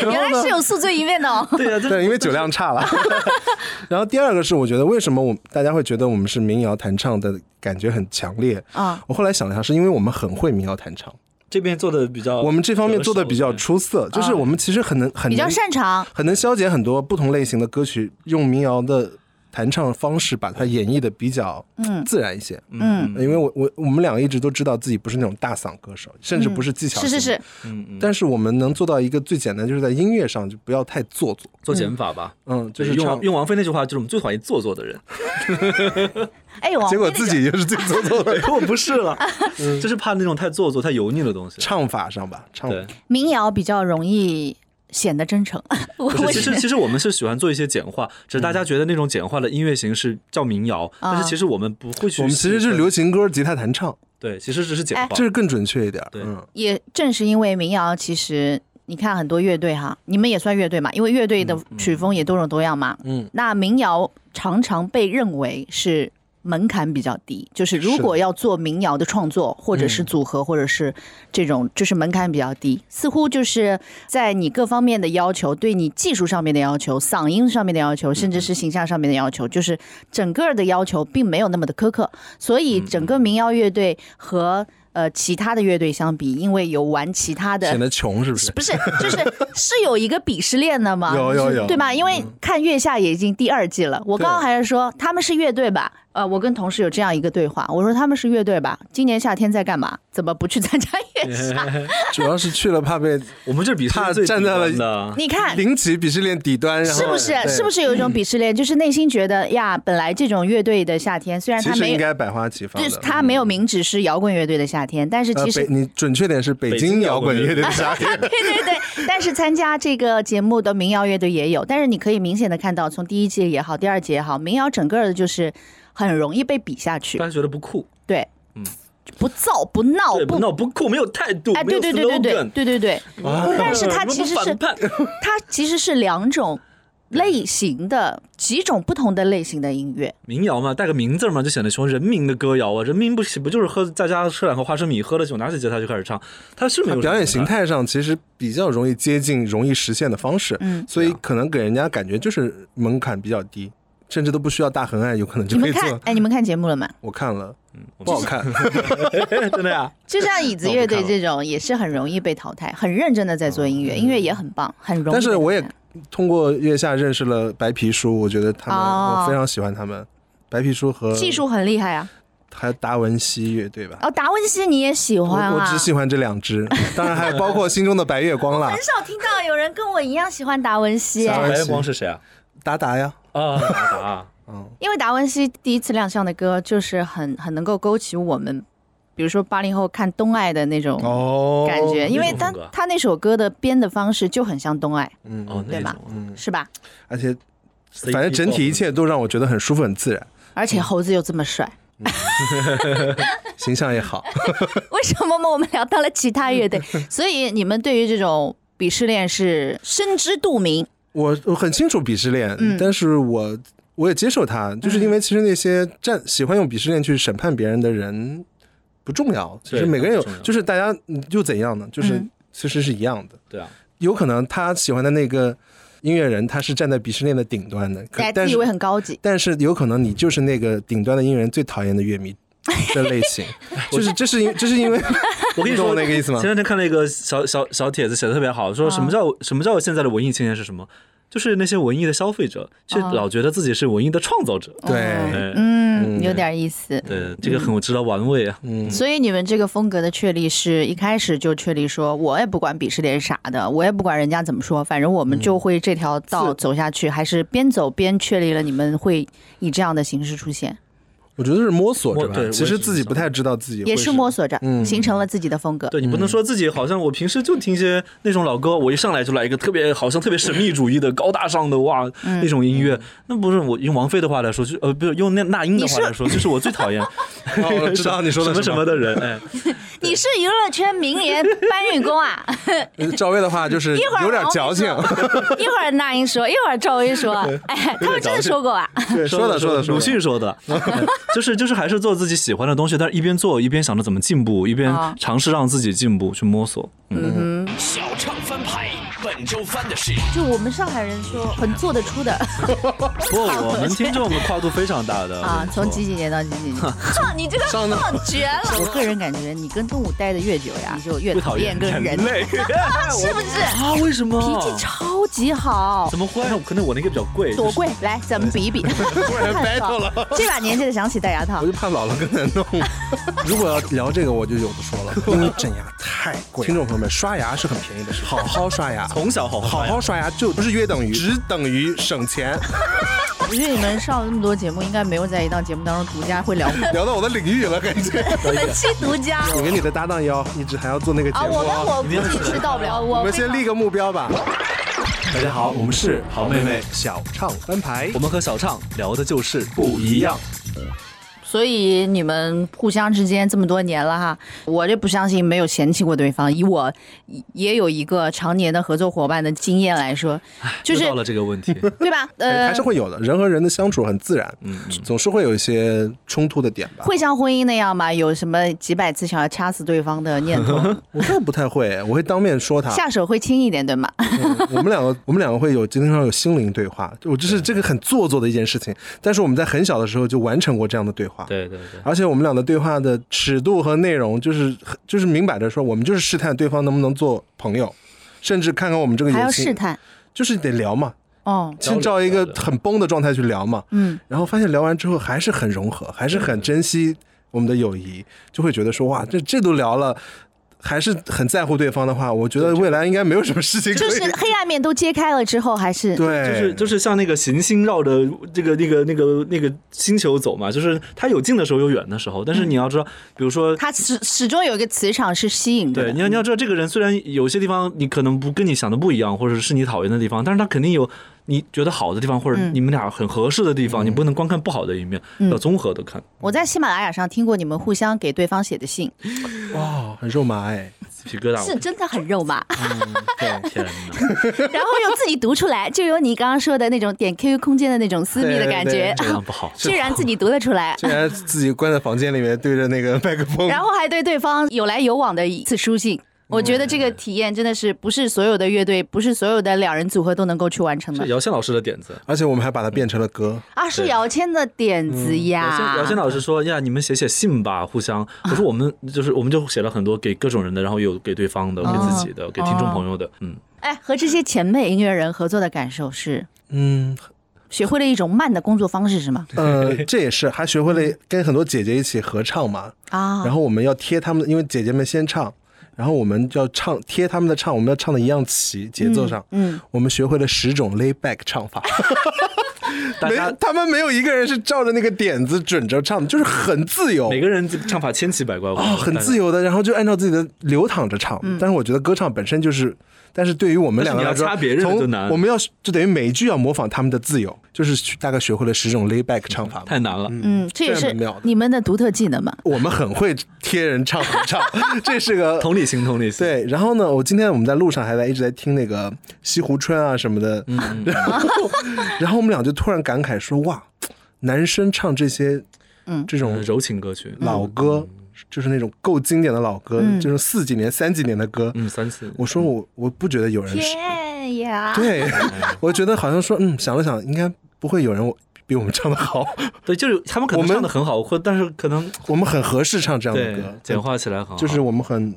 Speaker 3: 原来是有宿醉一面的 哦。
Speaker 6: 对呀，这
Speaker 4: 对，因为酒量 差了。 然后第二个是，我觉得为什么我们大家会觉得我们是民谣弹唱的感觉很强烈
Speaker 3: 啊？
Speaker 4: 我后来想了一下，是因为我们很会民谣弹唱，
Speaker 6: 这边哦做的比较，
Speaker 4: 我们这方面做的比较
Speaker 6: 对
Speaker 4: 出色，就是我们其实很能很
Speaker 3: 啊比较
Speaker 4: 能
Speaker 3: 擅长，
Speaker 4: 很能消解很多不同类型的歌曲，用民谣的弹唱方式把它演绎的比较
Speaker 3: 嗯
Speaker 4: 自然一些。
Speaker 3: 嗯，
Speaker 4: 因为我我我们两个一直都知道自己不是那种大嗓歌手，甚至不是技巧、
Speaker 3: 是是是，，
Speaker 6: 嗯嗯，
Speaker 4: 但是我们能做到一个最简单，就是在音乐上就不要太做作。
Speaker 6: 做减法吧。
Speaker 4: 嗯，就
Speaker 6: 就是是用
Speaker 4: 唱
Speaker 6: 王，用王菲那句话，就是我们最讨厌做作的 人。
Speaker 3: 哎，王
Speaker 4: 结果
Speaker 3: 菲那
Speaker 4: 自
Speaker 3: 个
Speaker 4: 己就是最做作的
Speaker 6: 可我不是了，就是怕那种太做作、太油腻的东西。
Speaker 4: 唱法上吧，嗯唱
Speaker 6: 对，
Speaker 3: 民谣比较容易显得真诚。我
Speaker 6: 不
Speaker 3: 我
Speaker 6: 是，其实其实我们是喜欢做一些简化，只
Speaker 4: 嗯
Speaker 6: 是大家觉得那种简化的音乐形式叫民谣，
Speaker 3: 哦
Speaker 6: 但是其实我们不会去细分。
Speaker 4: 我们其实是流行歌吉他弹唱，
Speaker 6: 对，其实只是简
Speaker 3: 哎
Speaker 6: 化。
Speaker 4: 这是更准确一点。
Speaker 6: 对
Speaker 4: 嗯，
Speaker 3: 也正是因为民谣，其实你看很多乐队哈，你们也算乐队嘛，因为乐队的曲风也多种多样嘛。
Speaker 4: 嗯，
Speaker 3: 那民谣常常被认为是。门槛比较低，就是如
Speaker 4: 是嗯
Speaker 3: 果
Speaker 4: 的
Speaker 3: 要做民谣的创作，或者是组合，或者是这种，就是门槛比较低，似乎就是在你各方面的要求，对你技术上面的要求、嗓音上面的要
Speaker 4: 嗯
Speaker 3: 求，甚至是形象上面的要求，就是整个的要求并没有那么的苛刻。所
Speaker 4: 嗯
Speaker 3: 以整个民谣乐队和呃其他的乐队相比，因为有玩其他的
Speaker 4: 显得穷是不是？
Speaker 3: 不是，就是是有一个鄙视链的嘛，
Speaker 4: 有有有嗯
Speaker 3: 对吧？因为看《月下》也已经第二季了，我刚刚还是说他们是乐队吧，呃，我跟同事有这样一个对话，我说他们是乐队吧？今年夏天在干嘛？怎么不去参加夜夏？
Speaker 4: 主要是去了怕被
Speaker 6: 我们这比
Speaker 4: 他
Speaker 6: 赛最
Speaker 4: 站在了
Speaker 6: 底端的
Speaker 3: 你 看，
Speaker 4: 零级鄙视链底端，然后
Speaker 3: 是不是
Speaker 4: 对
Speaker 3: 是不是有一种鄙视链？ 就是内心觉得呀，本来这种乐队的夏天，虽然
Speaker 4: 其
Speaker 3: 他
Speaker 4: 实
Speaker 3: 没
Speaker 4: 应
Speaker 3: 有，
Speaker 4: 该百花齐放
Speaker 3: 就
Speaker 4: 的。嗯
Speaker 3: 是他没有明指是摇滚乐队的夏天，但是
Speaker 4: 呃
Speaker 3: 其实
Speaker 4: 北，你准确点是北
Speaker 6: 北京
Speaker 4: 京
Speaker 6: 摇
Speaker 4: 摇
Speaker 6: 滚
Speaker 4: 滚
Speaker 6: 乐
Speaker 4: 乐 队的夏天。
Speaker 3: 对对 对，但是参加这个节目的民谣乐队也有，但是你可以明显的看到，从第一届也好，第二届也好，民谣整个的就是很容易被比下去
Speaker 6: 大，家觉得不酷，
Speaker 3: 对，嗯，不躁不闹
Speaker 6: 对，不
Speaker 3: 哦不
Speaker 6: 闹不酷，没有态度，
Speaker 3: 哎，
Speaker 6: 没
Speaker 3: 对
Speaker 6: 有
Speaker 3: 对对对
Speaker 6: slogan
Speaker 3: 对。对对对，但是它
Speaker 6: 我们
Speaker 3: 其实
Speaker 6: 不
Speaker 3: 是
Speaker 6: 反叛
Speaker 3: 它其实是两种类型的几种不同的类型的音乐，
Speaker 6: 民谣嘛，带个名字嘛，就显得像人民的歌谣啊。人民不是不就是喝在家吃两个花生米，喝了酒拿起吉他就开始唱，他是没
Speaker 4: 它
Speaker 6: 有
Speaker 4: 表演
Speaker 6: 什
Speaker 4: 形
Speaker 6: 么
Speaker 4: 态上其实比较容易接近、容易实现的方式，
Speaker 3: 嗯
Speaker 4: 所以可能给人家感觉就是门槛比较低，甚至都不需要大横按，有可能
Speaker 3: 你
Speaker 4: 就可
Speaker 3: 们
Speaker 4: 以
Speaker 3: 看
Speaker 4: 做。
Speaker 3: 哎，你们看节目了吗？
Speaker 4: 我看了，
Speaker 6: 我
Speaker 4: 不好看，
Speaker 6: 真的 呀。
Speaker 3: 就像椅子乐队这种，也是很容易被淘汰，很认真的在做音乐，音乐也很棒，很容易被淘汰。
Speaker 4: 哦但是我也通过月下认识了白皮书，我觉得他们、
Speaker 3: 哦
Speaker 4: 我非常喜欢他们。白皮书和
Speaker 3: 技术很厉害啊。
Speaker 4: 还有达文西乐队吧，
Speaker 3: 哦，达文西你也喜
Speaker 4: 我
Speaker 3: 欢啊？
Speaker 4: 我只喜欢这两支，当然还包括心中的白月光啦
Speaker 3: 很，少听到有人跟我一样喜欢达文西，
Speaker 4: 达
Speaker 6: 白
Speaker 4: 文西
Speaker 6: 月光是谁啊？
Speaker 4: 达达呀，
Speaker 6: 啊，达达，
Speaker 4: 嗯，
Speaker 3: 因为达文西第一次亮相的歌就是很很能够勾起我们，比如说八零后看东爱的那种
Speaker 4: 哦
Speaker 3: 感觉，因
Speaker 6: 那
Speaker 3: 为
Speaker 6: 种
Speaker 3: 他
Speaker 6: 风格
Speaker 3: 他那首歌的编的方式就很像东爱，
Speaker 4: 嗯，
Speaker 6: 哦，那
Speaker 3: 对吧
Speaker 6: 种啊，
Speaker 4: 嗯，
Speaker 3: 是吧？
Speaker 4: 而且反正整体一切都让我觉得很舒服、很自然，
Speaker 3: 而且猴子又这么帅，
Speaker 4: 形象 也好。
Speaker 3: 为什么我们聊到了其他 乐队？所以你们对于这种鄙视链是深知肚明。
Speaker 4: 我我很清楚鄙视链，
Speaker 3: 嗯
Speaker 4: 但是我我也接受它，就是
Speaker 6: 嗯
Speaker 4: 因为其实那些站喜欢用鄙视链去审判别人的人不重要，其
Speaker 6: 对
Speaker 4: 实每个人有
Speaker 6: 不重要，
Speaker 4: 就是大家嗯又怎样呢？就是
Speaker 3: 嗯
Speaker 4: 其实是一样的，
Speaker 6: 对啊，
Speaker 4: 有可能他喜欢的那个音乐人，他是站在鄙视链的顶端的，可
Speaker 3: 大家
Speaker 4: 但
Speaker 3: 自以
Speaker 4: 是
Speaker 3: 为哎很高级，
Speaker 4: 但是有可能你就是那个顶端的音乐人最讨厌的乐迷。的类 型，就是这是因这是因为
Speaker 6: 我跟你
Speaker 4: 懂
Speaker 6: 说
Speaker 4: 那个意思吗啊
Speaker 6: 前两天看了一个小小小帖子，写的特别好，说什么叫、什么叫现在的文艺青年是什么？就是那些文艺的消费者，却
Speaker 3: 啊
Speaker 6: 老觉得自己是文艺的创造者。
Speaker 4: 对，
Speaker 6: 哎，
Speaker 3: 嗯，有点意思。
Speaker 6: 对，这个很有值得玩味啊。
Speaker 4: 嗯，
Speaker 3: 所以你们这个风格的确立是一开始就确立说，我也不管鄙视链啥的，我也不管人家怎么说，反正我们就
Speaker 4: 嗯
Speaker 3: 会这条道走下去，还是边走边确立了你们会以这样的形式出现，
Speaker 4: 我觉得是摸索着
Speaker 6: 摸对我
Speaker 4: 吧，
Speaker 6: 也
Speaker 4: 其实
Speaker 6: 是
Speaker 4: 自己
Speaker 6: 这么
Speaker 4: 不太知道自己
Speaker 3: 也
Speaker 4: 会
Speaker 3: 是摸索着，
Speaker 4: 嗯
Speaker 3: 形成了自己的风格。
Speaker 6: 对你不能说自己好像我平时就听些那种老歌，我一上来就来一个特别好像特别神秘主义的高大上的哇
Speaker 4: 嗯
Speaker 6: 那种音乐，那不是我用王菲的话来说，就呃不是用那那英的话来说，就是我最讨 厌
Speaker 4: 哦我知 道你说的
Speaker 6: 什么
Speaker 4: 什
Speaker 6: 什
Speaker 4: 么
Speaker 6: 么的人，哎，
Speaker 3: 你是娱乐圈名言搬运工啊！
Speaker 4: 赵薇的话就是
Speaker 3: 一会儿
Speaker 4: 有点矫情，
Speaker 3: 王菲说 一会儿那英说，一会儿赵薇说， 哎，他们真的说过啊。
Speaker 4: 对，说的说的说
Speaker 6: 鲁
Speaker 4: 的。
Speaker 6: 迅说 的，哎就是就是还是做自己喜欢的东西，但是一边做一边想着怎么进步，一边
Speaker 3: 啊
Speaker 6: 尝试让自己进步去摸索。嗯，
Speaker 2: 小唱翻牌，本周翻的是
Speaker 3: 就我们上海人说，很做得出的
Speaker 6: 不过我们听众的跨度非常大的
Speaker 3: 啊，从几
Speaker 6: 极
Speaker 3: 几年到几几年，哼， 你这个
Speaker 4: 上的
Speaker 3: 放绝了。我个人感觉，你跟动物待的越久呀，你就越
Speaker 6: 不
Speaker 3: 讨
Speaker 6: 讨
Speaker 3: 厌
Speaker 6: 厌
Speaker 3: 跟人，
Speaker 6: 类，
Speaker 3: 是不是？
Speaker 6: 啊？为什么？
Speaker 3: 脾气超级好
Speaker 6: 怎，么会？可能我那个比较贵，
Speaker 3: 多
Speaker 6: 就是
Speaker 3: 贵？来，咱们比一比。太爽了！这把年纪的想起戴牙套
Speaker 4: 我，就怕老了 跟人弄。如果要聊这个，我就有的说了，因为整牙太贵。听众朋友们，刷牙是很便宜的事，好好刷牙，
Speaker 6: 从小好
Speaker 4: 好好刷牙就不是约等于，只等于省 钱。
Speaker 3: 我觉得你们上了那么多节目，应该没有在一档节目当中独家会聊
Speaker 4: 聊到我的领域了，感觉。
Speaker 3: 本期独家
Speaker 4: 哎你跟你的搭档要一直还要做那个节
Speaker 3: 哎啊！
Speaker 4: 目
Speaker 3: 我跟
Speaker 4: 啊，
Speaker 3: 我估计是到不了，
Speaker 4: 我
Speaker 3: 我
Speaker 4: 们先立个目标吧。
Speaker 6: 大家好，我们是好妹妹，
Speaker 4: 小唱翻牌
Speaker 6: 我，们和小畅聊的就是不一样。
Speaker 3: 所以你们互相之间这么多年了哈，我就不相信没有嫌弃过对方。以我也有一个常年的合作伙伴的经验来说，就是
Speaker 6: 又到了这个问 题，
Speaker 3: 对吧？呃
Speaker 4: 还是，会有的。人和人的相处很自然，总是会有一些冲突的点吧。
Speaker 3: 会像婚姻那样吗？有什么几百次想要掐死对方的念 头？
Speaker 4: 我倒不太会，我会当面说他。嗯
Speaker 3: 下手会轻一点，对吗？
Speaker 4: 我们两个，我们两个会有经常有心灵对话，我就是这个很做作的一件事情，但是我们在很小的时候就完成过这样的对话。，
Speaker 6: 对对对。
Speaker 4: 而且我们俩的对话的尺度和内容，就是就是明摆着说，我们就是试探对方能不能做朋友，甚至看看我们这个
Speaker 3: 还要
Speaker 4: 游
Speaker 3: 试
Speaker 4: 戏，
Speaker 3: 探，
Speaker 4: 就是得聊嘛。
Speaker 3: 哦，
Speaker 4: 先照一个很崩的状态去聊嘛，
Speaker 3: 嗯，
Speaker 4: 然后发现聊完之后还是很融合，还是很珍惜我们的友谊，就会觉得说哇，这这都聊了。还是很在乎对方的话，我觉得未来应该没有什么事情可
Speaker 3: 就
Speaker 4: 以。
Speaker 3: 是黑暗面都揭开了之后，还是
Speaker 4: 对，
Speaker 6: 就是就是像那个行星绕着这个那个那个那个星球走嘛，就是它有近的时候有远的时候，但是你要知道，比如说
Speaker 3: 它始始终有一个磁场是吸引着
Speaker 6: 对，
Speaker 3: 的。
Speaker 6: 你要你要知道，这个人虽然有些地方你可能不跟你想的不一样，或者是你讨厌的地方，但是他肯定有你觉得好的地方，或者你们俩很合适的地方，你不能光看不好的一面，要综合的看。
Speaker 3: 我在喜马拉雅上听过你们互相给对方写的 信，
Speaker 4: 哇，很肉麻哎，
Speaker 6: 鸡皮疙瘩，
Speaker 3: 是真的很肉麻，
Speaker 6: 嗯对，天哪，
Speaker 3: 然后又自己读出来，就有你刚刚说的那种点 QQ 空间的那种私密的感觉
Speaker 4: 对对，
Speaker 6: 这样不好。
Speaker 3: 居然自己读了出来，
Speaker 4: 竟然自己关在房间里面对着那个麦克风，
Speaker 3: 然后还对对方有来有往的一次书信。我觉得这个体验真的是不是所有的乐队，不是所有的两人组合都能够去完成
Speaker 6: 是
Speaker 3: 的
Speaker 6: 姚谦老师的点子，
Speaker 4: 而且我们还把它变成了歌。
Speaker 3: 啊！是姚谦的点子
Speaker 6: 嗯姚谦
Speaker 3: 呀，
Speaker 6: 姚谦老师说呀，你们写写信吧，互相。我说我们就是我们就写了很多给各种人的，然后有给对方的，给自己的，给听众朋友的，嗯，
Speaker 3: 哎，和这些前辈音乐人合作的感受是，
Speaker 4: 嗯，
Speaker 3: 学会了一种慢的工作方式，是吗？
Speaker 4: 呃， 这也是还学会了跟很多姐姐一起合唱嘛。
Speaker 3: 啊，
Speaker 4: 然后我们要贴他们的，因为姐姐们先唱，然后我们就要唱贴他们的唱，我们要唱的一样齐，节奏上。
Speaker 3: 嗯，
Speaker 4: 我们学会了十种 lay back 唱法，
Speaker 6: 大
Speaker 4: 没
Speaker 6: 家
Speaker 4: 他们没有一个人是照着那个点子准着唱的，就是很自由，
Speaker 6: 每个人唱法千奇百怪，
Speaker 4: 啊、很自
Speaker 6: 由。
Speaker 4: 由的，然后就按照自己的流淌着唱。但是我觉得歌唱本身就是，但是对于我们两个来说，
Speaker 6: 但是你要掐别人的
Speaker 4: 从
Speaker 6: 就难
Speaker 4: 我们要就等于每一句要模仿他们的自由，就是学大概学会了十种 lay back 唱法。
Speaker 6: 太难了，
Speaker 3: 嗯，这也
Speaker 4: 这
Speaker 3: 是
Speaker 4: 很妙的
Speaker 3: 你们的独特技能嘛。
Speaker 4: 我们很会贴人唱合 唱，这是个
Speaker 6: 同理心，同理心。
Speaker 4: 对。然后呢，我今天我们在路上还在一直在听那个西湖春啊什么的，
Speaker 6: 嗯
Speaker 4: 然后然后我们俩就突然感慨说：“哇，男生唱这些，
Speaker 3: 嗯
Speaker 4: 这种
Speaker 6: 嗯，柔情歌曲，
Speaker 4: 老歌，就是那种够经典的老歌，
Speaker 3: 嗯
Speaker 4: 就是四几年、三几年的歌。
Speaker 6: 嗯，三次，
Speaker 4: 我说我我不觉得
Speaker 6: 嗯
Speaker 4: 有人是，
Speaker 3: 天啊呀！
Speaker 4: 对
Speaker 6: 哎
Speaker 4: 我觉得好像说，嗯，想了想，应该不会有人我比我们唱的好，
Speaker 6: 对，就是他们可能
Speaker 4: 我们
Speaker 6: 唱的很好，或但是可能
Speaker 4: 我们很合适唱这样的
Speaker 6: 对
Speaker 4: 歌，
Speaker 6: 简化起来很好，
Speaker 4: 就是我们嗯很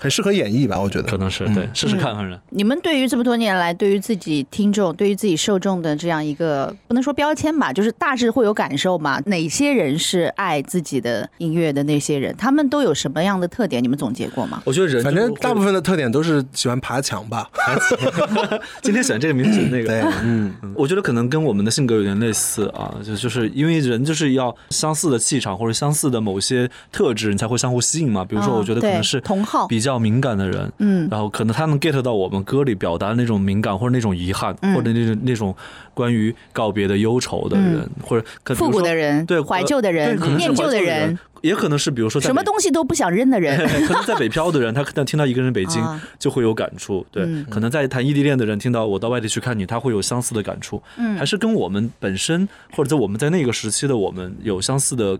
Speaker 4: 很适合演绎吧，我觉得
Speaker 6: 可能是对，试试看，反正
Speaker 3: 你们对于这么多年来，对于自己听众、对于自己受众的这样一个不能说标签吧，就是大致会有感受嘛。哪些人是爱自己的音乐的那些人，他们都有什么样的特点？你们总结过吗？
Speaker 6: 我觉得人
Speaker 4: 反
Speaker 6: 就
Speaker 4: 正
Speaker 6: 会
Speaker 4: 大部分的特点都是喜欢爬墙 吧，
Speaker 6: 今天选这个名字选那个，
Speaker 4: 对，嗯，
Speaker 6: 嗯我觉得可能跟我们的性格有点类似啊，就就是因为人就是要相似的气场或者相似的某些特质，你才会相互吸引嘛。比如说，
Speaker 3: 啊
Speaker 6: 我觉得可
Speaker 3: 对
Speaker 6: 能是
Speaker 3: 同好
Speaker 6: 比较敏感的人，
Speaker 3: 嗯
Speaker 6: 然后可能他能 get 到我们歌里表达那种敏感或者那种遗憾，
Speaker 3: 嗯
Speaker 6: 或者那种那种关于告别的忧愁的人，或者可比
Speaker 3: 复
Speaker 6: 如
Speaker 3: 古
Speaker 6: 说
Speaker 3: 嗯的人，
Speaker 6: 对呃
Speaker 3: 怀旧的
Speaker 6: 对
Speaker 3: 人
Speaker 6: 可能，是
Speaker 3: 念
Speaker 6: 怀
Speaker 3: 旧
Speaker 6: 旧
Speaker 3: 的
Speaker 6: 人
Speaker 3: 人，，
Speaker 6: 也可能是比如说在
Speaker 3: 什么
Speaker 6: 北
Speaker 3: 东西都不想扔的人。
Speaker 6: 可能在北漂的人，他看听到一个人北京
Speaker 3: 啊
Speaker 6: 就会有感触，对，
Speaker 3: 嗯
Speaker 6: 可能在谈异地恋的人听到我到外地去看你，他会有相似的感触，嗯，还是跟我们本身或者在我们在那个时期的我们有相似的。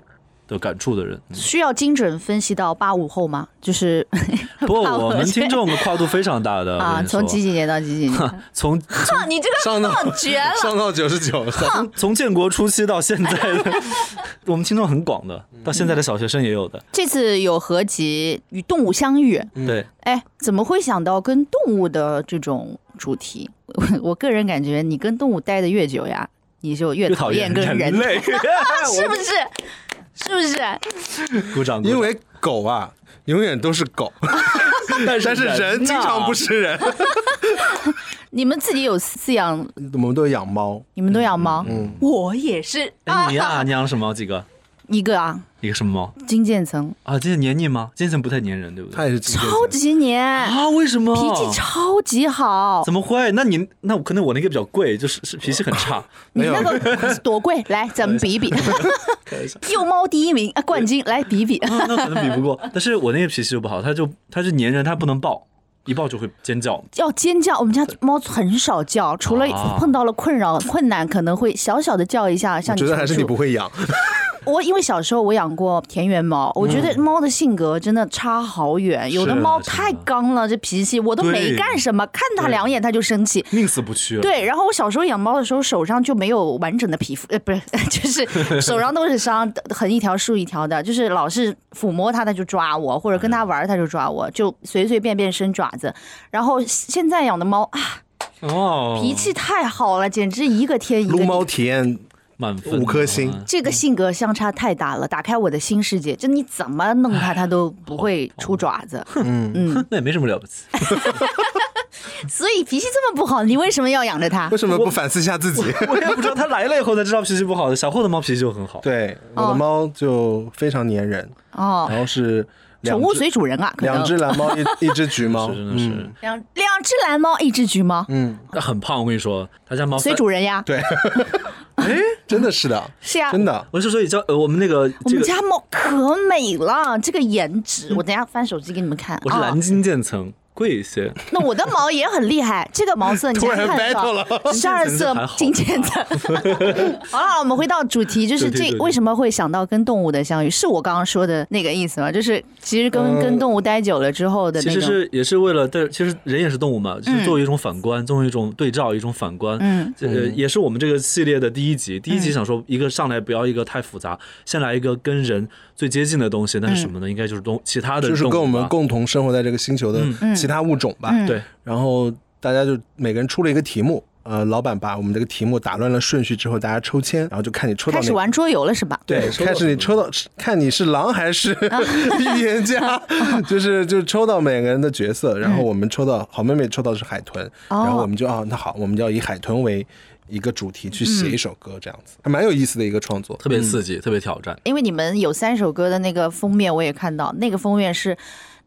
Speaker 6: 的感触的人，
Speaker 3: 需要精准分析到八五后吗？就是
Speaker 6: 不过
Speaker 3: 怕
Speaker 6: 我
Speaker 3: 我
Speaker 6: 们听众跨度非常 大的我
Speaker 3: 啊，
Speaker 6: 跟你说
Speaker 3: 从几几年到几 几年？
Speaker 6: 从
Speaker 3: 哼，你这个
Speaker 4: 上到
Speaker 3: 放绝了！
Speaker 4: 上到九十九，
Speaker 6: 从从建国初期到现在的，我们听众很广的，
Speaker 4: 嗯
Speaker 6: 到现在的小学生也有的，
Speaker 3: 这次有合集与动物相遇，
Speaker 4: 嗯
Speaker 6: 对，
Speaker 3: 哎，怎么会想到跟动物的这种主题？ 我我个人感觉，你跟动物待的越久呀，你就越
Speaker 6: 越讨
Speaker 3: 讨厌
Speaker 6: 厌
Speaker 3: 跟人，
Speaker 6: 人 类，
Speaker 3: 是不是？是不是？
Speaker 6: 鼓掌，
Speaker 4: 因为狗啊，永远都是狗，
Speaker 6: 但
Speaker 4: 但是人经常
Speaker 3: 啊
Speaker 4: 不是人，
Speaker 3: 你们自己有饲养，
Speaker 4: 我们都养猫，
Speaker 3: 你们都养猫？我也是
Speaker 6: 嗯哎，你呀，你养了什么猫？几个？
Speaker 3: 一个啊，
Speaker 6: 一个什么猫？
Speaker 3: 金渐层，
Speaker 6: 啊，这是黏腻吗？渐层不太粘人，对不对？
Speaker 4: 它也是金渐层
Speaker 3: 超级黏，
Speaker 6: 啊，为什么？
Speaker 3: 脾气超级好。
Speaker 6: 怎么会？那你那我可能我那个比较贵，就是是脾气很 差。
Speaker 3: 你
Speaker 4: 没有
Speaker 3: 那个 多贵？来，咱们 比一比。 幼猫第一名，啊冠军，来比一比。
Speaker 6: 啊那可能比不 过，但是我那个脾气就不好，它就它是粘人，它不能抱，一抱就会尖叫。
Speaker 3: 要尖叫，我们家猫很少叫，除了
Speaker 6: 啊
Speaker 3: 碰到了困扰、困难，可能会小小的叫一下。
Speaker 4: 我
Speaker 3: 像
Speaker 4: 觉得还是你
Speaker 3: 陈
Speaker 4: 不
Speaker 3: 述
Speaker 4: 会养，
Speaker 3: 我因为小时候我养过田园猫，我觉得猫的性格真的差好远，有的
Speaker 6: 是
Speaker 3: 猫
Speaker 6: 是
Speaker 3: 太刚了，这脾气我都没
Speaker 6: 对
Speaker 3: 干什么，看它两眼它就生气。
Speaker 6: 宁死不屈。，啊
Speaker 3: 对，然后我小时候养猫的时候，手上就没有完整的皮肤，呃，不是， 就是手上都是伤，横一条竖一条的，就是老是抚摸它，它就抓我，
Speaker 4: 嗯
Speaker 3: 或者跟它玩儿它就抓我，就随随便便伸爪子。然后现在养的猫啊，
Speaker 6: 哦，
Speaker 3: 脾气太好了，简直一个天一个
Speaker 4: 撸
Speaker 3: 地。
Speaker 4: 猫嗯体验
Speaker 6: 满分
Speaker 4: 五颗星
Speaker 6: 啊
Speaker 3: 这个性格相差太大了，打开我的新世界。就你怎么弄他，他都不会出爪子。嗯，
Speaker 6: 那也没什么了不 起。
Speaker 3: 所以脾气这么不好，你为什么要养着他
Speaker 4: 为？什么不反思一下自己？
Speaker 6: 我也不知道他来了以后才知道脾气不好的。小霍的猫脾气就很好，
Speaker 4: 对，我的猫就非常粘人，
Speaker 3: 哦，
Speaker 4: 然后是哎两
Speaker 3: 宠物
Speaker 4: 只
Speaker 3: 随主人啊，可能
Speaker 4: 两只蓝 猫，一一只橘猫，
Speaker 6: 是真的是
Speaker 4: 嗯，
Speaker 3: 两两只蓝猫，一只橘猫，
Speaker 4: 嗯，
Speaker 6: 那很胖。我跟你说，他家猫
Speaker 3: 随主人呀。
Speaker 4: 对，哎，真的是的，
Speaker 3: 是呀，
Speaker 4: 真的。啊
Speaker 6: 我是说，你知道，呃，我们那个
Speaker 3: 我
Speaker 6: 这
Speaker 3: 们
Speaker 6: 个，嗯
Speaker 3: 家猫可美了，这个颜值，我等一下翻手机给你们看。
Speaker 6: 我是
Speaker 3: 啊
Speaker 6: 蓝金渐层，贵一些。
Speaker 3: 那我的毛也很厉害，这个毛 色你
Speaker 4: 突
Speaker 3: 先
Speaker 4: 然
Speaker 3: 看得
Speaker 4: battle
Speaker 3: 到，十二色金渐层。好了，我们回到主题，就是
Speaker 6: 对对
Speaker 3: 这
Speaker 6: 对
Speaker 3: 为什么会想到跟动物的相遇？是我刚刚说的那个意思吗？就是其实跟
Speaker 4: 嗯
Speaker 3: 跟动物待久了之后的
Speaker 6: 呃其
Speaker 3: 那
Speaker 6: 实
Speaker 3: 种，
Speaker 6: 是也是为了，但其实人也是动物嘛，就是作为一种反观，作为一种对照，一种反观。
Speaker 3: 嗯，
Speaker 6: 这呃也是我们这个系列的第一集。第一集想说，一个上来不要一个太复杂，先来一个跟人最接近的东西，那是什
Speaker 3: 嗯
Speaker 6: 么呢？应该就是动其他的，
Speaker 4: 就是跟我们。共同生活在这个星球的
Speaker 6: 嗯
Speaker 3: 嗯
Speaker 4: 其他物种吧。
Speaker 3: 嗯
Speaker 6: 对，
Speaker 4: 然后大家就每个人出了一个题目，呃，老板把我们这个题目打乱了顺序之后，大家抽签，然后就看你抽到
Speaker 3: 开
Speaker 4: 哪
Speaker 3: 始
Speaker 4: 个。
Speaker 3: 玩桌游了是吧？
Speaker 4: 对，
Speaker 6: 抽到
Speaker 4: 开始你
Speaker 6: 什
Speaker 4: 抽到看你是狼 还是预言家，就是就是抽到每个人的角色，然后我们抽到好妹妹抽到的是海豚，
Speaker 3: 嗯哦
Speaker 4: 然后我们就啊那好，我们就要以海豚为一个主
Speaker 3: 嗯
Speaker 4: 题去写一首歌，这样子还蛮有意思的一个创作，
Speaker 6: 特别刺激，特别挑战。
Speaker 3: 因为你们有三首歌的那个封面，我也看到，那个封面是。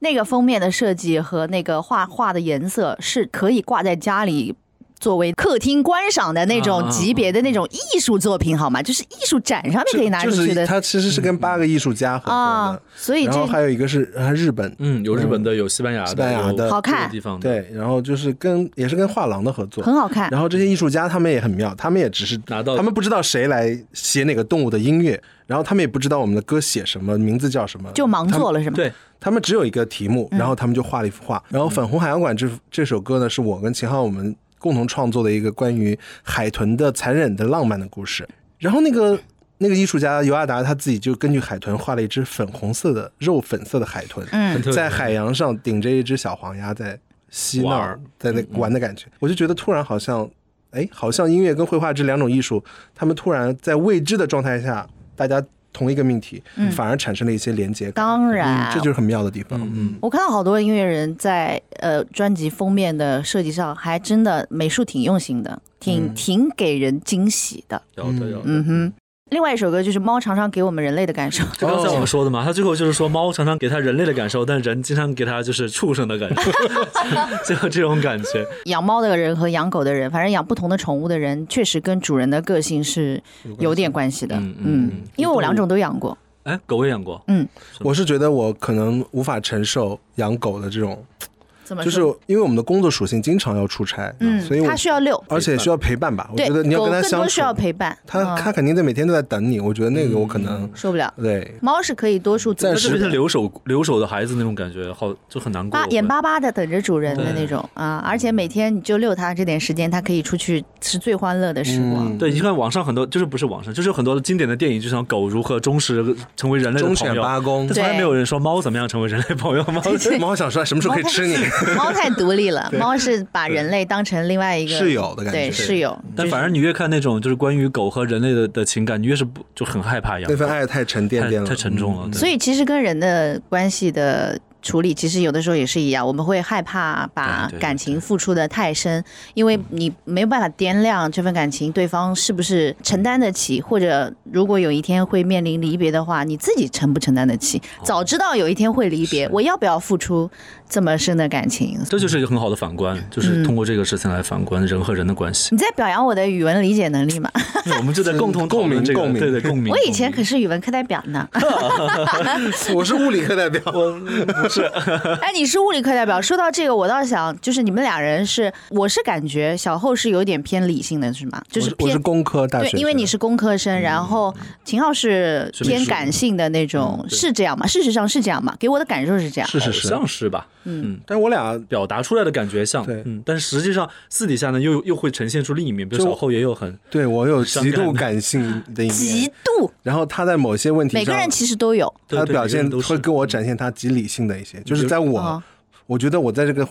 Speaker 3: 那个封面的设计和那个画画的颜色是可以挂在家里作为客厅观赏的那
Speaker 6: 啊啊
Speaker 3: 种
Speaker 6: 啊
Speaker 3: 级别的那种艺术作品，好吗？就是艺术展上面可以拿
Speaker 4: 就
Speaker 3: 出去
Speaker 4: 是
Speaker 3: 的
Speaker 4: 它其实
Speaker 6: 嗯
Speaker 4: 是跟八个艺术家合作
Speaker 3: 啊
Speaker 4: 的，，
Speaker 3: 所以
Speaker 4: 然后
Speaker 3: 这
Speaker 4: 还有一个是还日本，
Speaker 6: 嗯，有日本的，有西班牙的，
Speaker 4: 西班牙
Speaker 6: 有
Speaker 4: 的
Speaker 3: 好看
Speaker 6: 各个地方的。
Speaker 4: 对，然后就是跟也是跟画廊的合作，
Speaker 3: 很好看。
Speaker 4: 然后这些艺术家他们也很妙，他们也只是
Speaker 6: 拿到
Speaker 4: 他们不知道谁来写哪个动物的音乐，然后他们也不知道我们的歌写什么，名字叫什么，
Speaker 3: 就盲
Speaker 4: 他们
Speaker 3: 做了是嗯吗？
Speaker 6: 对，
Speaker 4: 他们只有一个题目，然后他们就画了一幅画。然后《粉红海洋馆这》这首歌呢，是我跟秦昊我们共同创作的一个关于海豚的残忍的浪漫的故事。然后那个那个艺术家尤亚达他自己就根据海豚画了一只粉红色的肉粉色的海豚，
Speaker 3: 嗯
Speaker 6: 特别
Speaker 4: 在海洋上顶着一只小黄鸭在嬉闹
Speaker 6: 哇
Speaker 4: 儿，在那玩的嗯感觉，我就觉得突然好像，哎，好像音乐跟绘画这两种艺术，他们突然在未知的状态下，大家同一个命题，反而产生了一些连接感。
Speaker 3: 嗯当然，
Speaker 4: 嗯这就是很妙的地方。嗯，
Speaker 3: 我看到好多音乐人在呃专辑封面的设计上，还真的美术挺用心的，挺、
Speaker 4: 嗯
Speaker 3: 挺给人惊喜的。
Speaker 6: 有的有的。
Speaker 3: 嗯哼。另外一首歌就是《猫常常给我们人类的感受》，
Speaker 6: 就刚才
Speaker 4: 哦
Speaker 6: 我们说的嘛，他最后就是说，猫常常给他人类的感受，但人经常给他就是畜生的感受， 就这种感觉。
Speaker 3: 养猫的人和养狗的人，反正养不同的宠物的人，确实跟主人的个性是有点关系的。
Speaker 6: 嗯嗯嗯
Speaker 3: 因为我两种都养过，
Speaker 4: 嗯
Speaker 6: 哎，狗也养过，
Speaker 4: 我是觉得我可能无法承受养狗的这种，
Speaker 3: 怎么
Speaker 4: 就是
Speaker 3: 说？
Speaker 4: 因为我们的工作属性经常要出差，
Speaker 3: 嗯
Speaker 4: 所以，我
Speaker 3: 它需要遛，
Speaker 4: 而且需要陪伴吧。我
Speaker 3: 对，
Speaker 4: 觉得你要
Speaker 3: 狗
Speaker 4: 跟它
Speaker 3: 更
Speaker 4: 相
Speaker 3: 多
Speaker 4: 处
Speaker 3: 需，要陪伴，
Speaker 4: 它
Speaker 3: 嗯
Speaker 4: 它肯定在每天都在等你。我觉得那个我可能
Speaker 3: 受不了。
Speaker 4: 对。
Speaker 3: 猫是可以多数族
Speaker 4: 暂
Speaker 6: 那
Speaker 4: 时
Speaker 6: 就变成留守留守的孩子那种感觉，好就很难过
Speaker 3: 巴。眼巴巴的等着主人的那种啊，而且每天你就遛它这点时间，它可以出去是最欢乐的时啊光。
Speaker 4: 嗯
Speaker 6: 对，你看网上很多，就是不是网上，就是很多经典的电影，就像狗如何忠实成为人类的
Speaker 4: 忠
Speaker 6: 朋
Speaker 4: 犬
Speaker 6: 友，
Speaker 4: 八公哎
Speaker 6: 但，从来没有人说猫怎么样成为人类朋友。 猫
Speaker 4: 猫想说什么时候可以吃你？
Speaker 3: 猫太独立 了，猫是把人类当成另外一个
Speaker 4: 室友的感觉
Speaker 3: 对室友。
Speaker 6: 但反而你越看那种就是关于狗和人类的的情感，你越是不就很害怕一样
Speaker 4: 那份爱太沉甸甸
Speaker 6: 太太
Speaker 4: 了，
Speaker 6: 沉重了。对
Speaker 3: 所以其实跟人的关系的处理，其实有的时候也是一样，我们会害怕把
Speaker 6: 哎对对对
Speaker 3: 感情付出的太深，因为你没有办法掂量这份感情对方是不是承担得
Speaker 6: 嗯
Speaker 3: 起，或者如果有一天会面临离别的话，你自己承不承担得起？
Speaker 6: 哦
Speaker 3: 早知道有一天会离别，我要不要付出这么深的感情？
Speaker 6: 这就是一个很好的反观，
Speaker 3: 嗯
Speaker 6: 就是通过这个事情来反观人和人的关 系。
Speaker 3: 你在表扬我的语文理解能力吗？
Speaker 6: 那我们就在共同讨论这个
Speaker 4: 共鸣
Speaker 6: 对对共鸣。
Speaker 3: 我以前
Speaker 6: 共鸣
Speaker 3: 可是语文课代表呢。
Speaker 4: 我是物理课代表，
Speaker 3: 哎，你是物理课代表。说到这个，我倒想，就是你们俩人是，我是感觉小后是有点偏理性的，是吗？就
Speaker 4: 我
Speaker 3: 是
Speaker 4: 是我
Speaker 3: 偏
Speaker 4: 是工科大
Speaker 3: 对
Speaker 4: 学，生，
Speaker 3: 因为你是工科生，然后秦昊是
Speaker 6: 是
Speaker 3: 偏
Speaker 6: 美术
Speaker 3: 感性的那种，
Speaker 6: 对
Speaker 3: 是这样吗？事实上是这样吗？给我的感受是这样。
Speaker 4: 是是
Speaker 6: 好
Speaker 4: 是，
Speaker 6: 像 是啊吧？嗯，
Speaker 4: 但我俩
Speaker 6: 表达出来的感觉像，
Speaker 4: 对
Speaker 6: 嗯，但是实际上私底下呢，又又会呈现出另一面，比如
Speaker 4: 就
Speaker 6: 小后也有很
Speaker 4: 对我有
Speaker 6: 伤
Speaker 4: 极
Speaker 6: 感
Speaker 4: 度
Speaker 6: 的
Speaker 4: 感性的一
Speaker 3: 极
Speaker 4: 面，
Speaker 3: 度，
Speaker 4: 然后他在某些问题上，
Speaker 3: 每个人其实都有。
Speaker 6: 对
Speaker 4: 他的
Speaker 6: 对
Speaker 4: 表
Speaker 6: 每个人
Speaker 4: 现
Speaker 6: 都是
Speaker 4: 会跟我展现他极理性的一些，就是在我，
Speaker 3: 啊
Speaker 4: 我觉得我在这个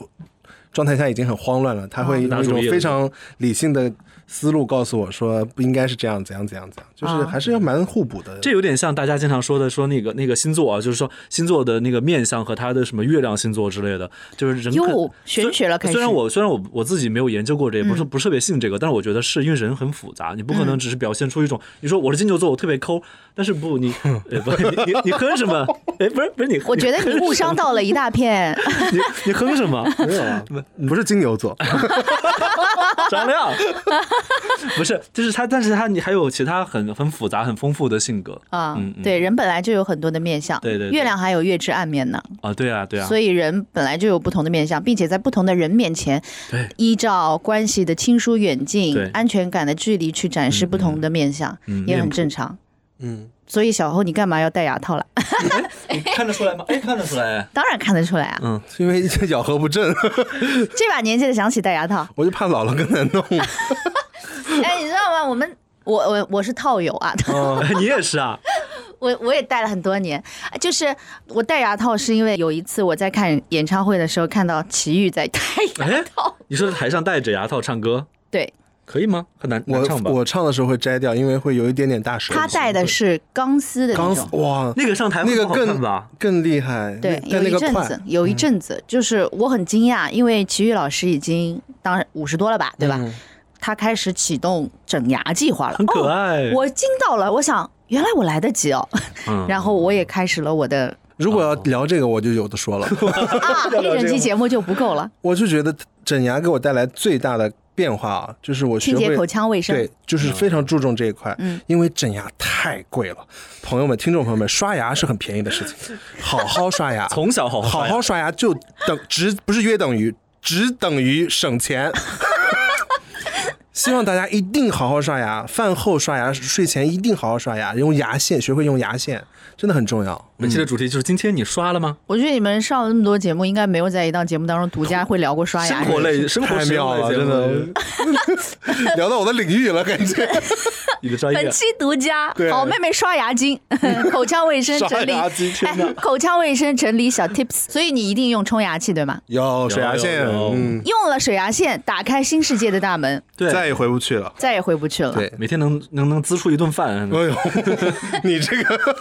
Speaker 4: 状态下已经很慌乱了，他
Speaker 6: 哦
Speaker 4: 会用一种非常理性的思路告诉我说不应该是这样，怎样怎样怎样，
Speaker 3: 哦
Speaker 4: 就是还是要蛮互补的。
Speaker 6: 这有点像大家经常说的说那个那个星座啊，就是说星座的那个面相和他的什么月亮星座之类的，就是人
Speaker 3: 哟玄学了开始。
Speaker 6: 虽然我虽然我我自己没有研究过这，也不是不是特别信这个，但是我觉得是因为人很复杂，你不可能只是表现出一
Speaker 3: 嗯
Speaker 6: 种你说我是金牛座，我特别抠，但是不 你呃不你你哼什么？哎，不是不是你，
Speaker 3: 我觉得你误伤到了一大片。
Speaker 6: 你你哼什 么？
Speaker 4: 没 有啊，不是金牛座，
Speaker 6: 张亮， 不是，就是他，但是他你还有其他很很复杂、很丰富的性格
Speaker 3: 啊。嗯，对，人本来就有很多的面相，
Speaker 6: 对对，
Speaker 3: 月亮还有月之暗面呢。
Speaker 6: 啊，对啊，对啊。
Speaker 3: 所以人本来就有不同的面相，并且在不同的人面前，
Speaker 6: 对，
Speaker 3: 依照关系的亲疏远近、安全感的距离去展示不同的面相，也很正常。
Speaker 4: 嗯。
Speaker 3: 所以小侯，你干嘛要戴牙套了？
Speaker 6: 你看得出来吗？哎，看得出来。
Speaker 3: 当然看得出来啊。
Speaker 6: 嗯，
Speaker 4: 因为咬合不正。
Speaker 3: 这把年纪了，想起戴牙套，
Speaker 4: 我就怕老了更难 弄。
Speaker 3: 哎，你知道吗？我们，我我我是套友啊。
Speaker 6: 哦， 你也是啊。
Speaker 3: 我我也戴了很多年，就是我戴牙套是因为有一次我在看演唱会的时候看到齐豫在戴 牙套。
Speaker 6: 哎你说台上戴着牙套唱歌？
Speaker 3: 对。
Speaker 6: 可以吗？很难，
Speaker 4: 我
Speaker 6: 唱吧。
Speaker 4: 我唱的时候会摘掉，因为会有一点点大舌。
Speaker 3: 他戴的是钢丝的
Speaker 4: 钢丝，哇，
Speaker 6: 那个上台
Speaker 4: 那个更
Speaker 6: 吧，
Speaker 4: 更厉害。
Speaker 3: 对，
Speaker 4: 那
Speaker 3: 有一阵子，有
Speaker 6: 嗯
Speaker 3: 一阵子，就是我很惊讶，因为齐豫老师已经当然五十多了吧，对吧？
Speaker 4: 嗯、
Speaker 3: 他开始启动整牙计划了，
Speaker 6: 很可爱。嗯
Speaker 3: 哦、我惊到了，我想原来我来得及哦， 然后我也开始了 我的。
Speaker 4: 如果要聊这个，我就有的说了
Speaker 3: 啊，一整期节目就不够了。
Speaker 4: 我就觉得整牙给我带来最大的。变化啊，就是我学会
Speaker 3: 口腔卫生，
Speaker 4: 对，就是非常注重这一块，
Speaker 3: 嗯，
Speaker 4: 因为整牙太贵了。朋友们、听众朋友们，刷牙是很便宜的事情，好好 刷牙，
Speaker 6: 从小
Speaker 4: 好
Speaker 6: 好
Speaker 4: 哦
Speaker 6: 啊
Speaker 4: 好刷牙就等只不是约等于，只等于省钱。 希望大家一定好好刷牙，饭后刷牙，睡前一定好好刷牙，用牙线，学会用牙线，真的很重要。
Speaker 6: 本期的主题就是今天你刷了吗？
Speaker 3: 我觉得你们上了那么多节目，应该没有在一档节目当中独家会聊过刷牙。
Speaker 6: 生活类，生活
Speaker 4: 太妙了，真的， 聊到我的领域了，感觉。
Speaker 6: 你的专业。
Speaker 3: 本期独 家，好妹妹刷牙精， 口腔卫生整理，哎， 口腔卫生整理小 tips。所以你一定用冲牙器对吗？
Speaker 4: 有水牙线，嗯，
Speaker 3: 用了水牙线，打开新世界的大门，
Speaker 6: 对，
Speaker 4: 再也回不去了，
Speaker 3: 再也回不去了。
Speaker 4: 对，
Speaker 6: 每天能能能滋出一顿饭。
Speaker 4: 哎呦， 你这 个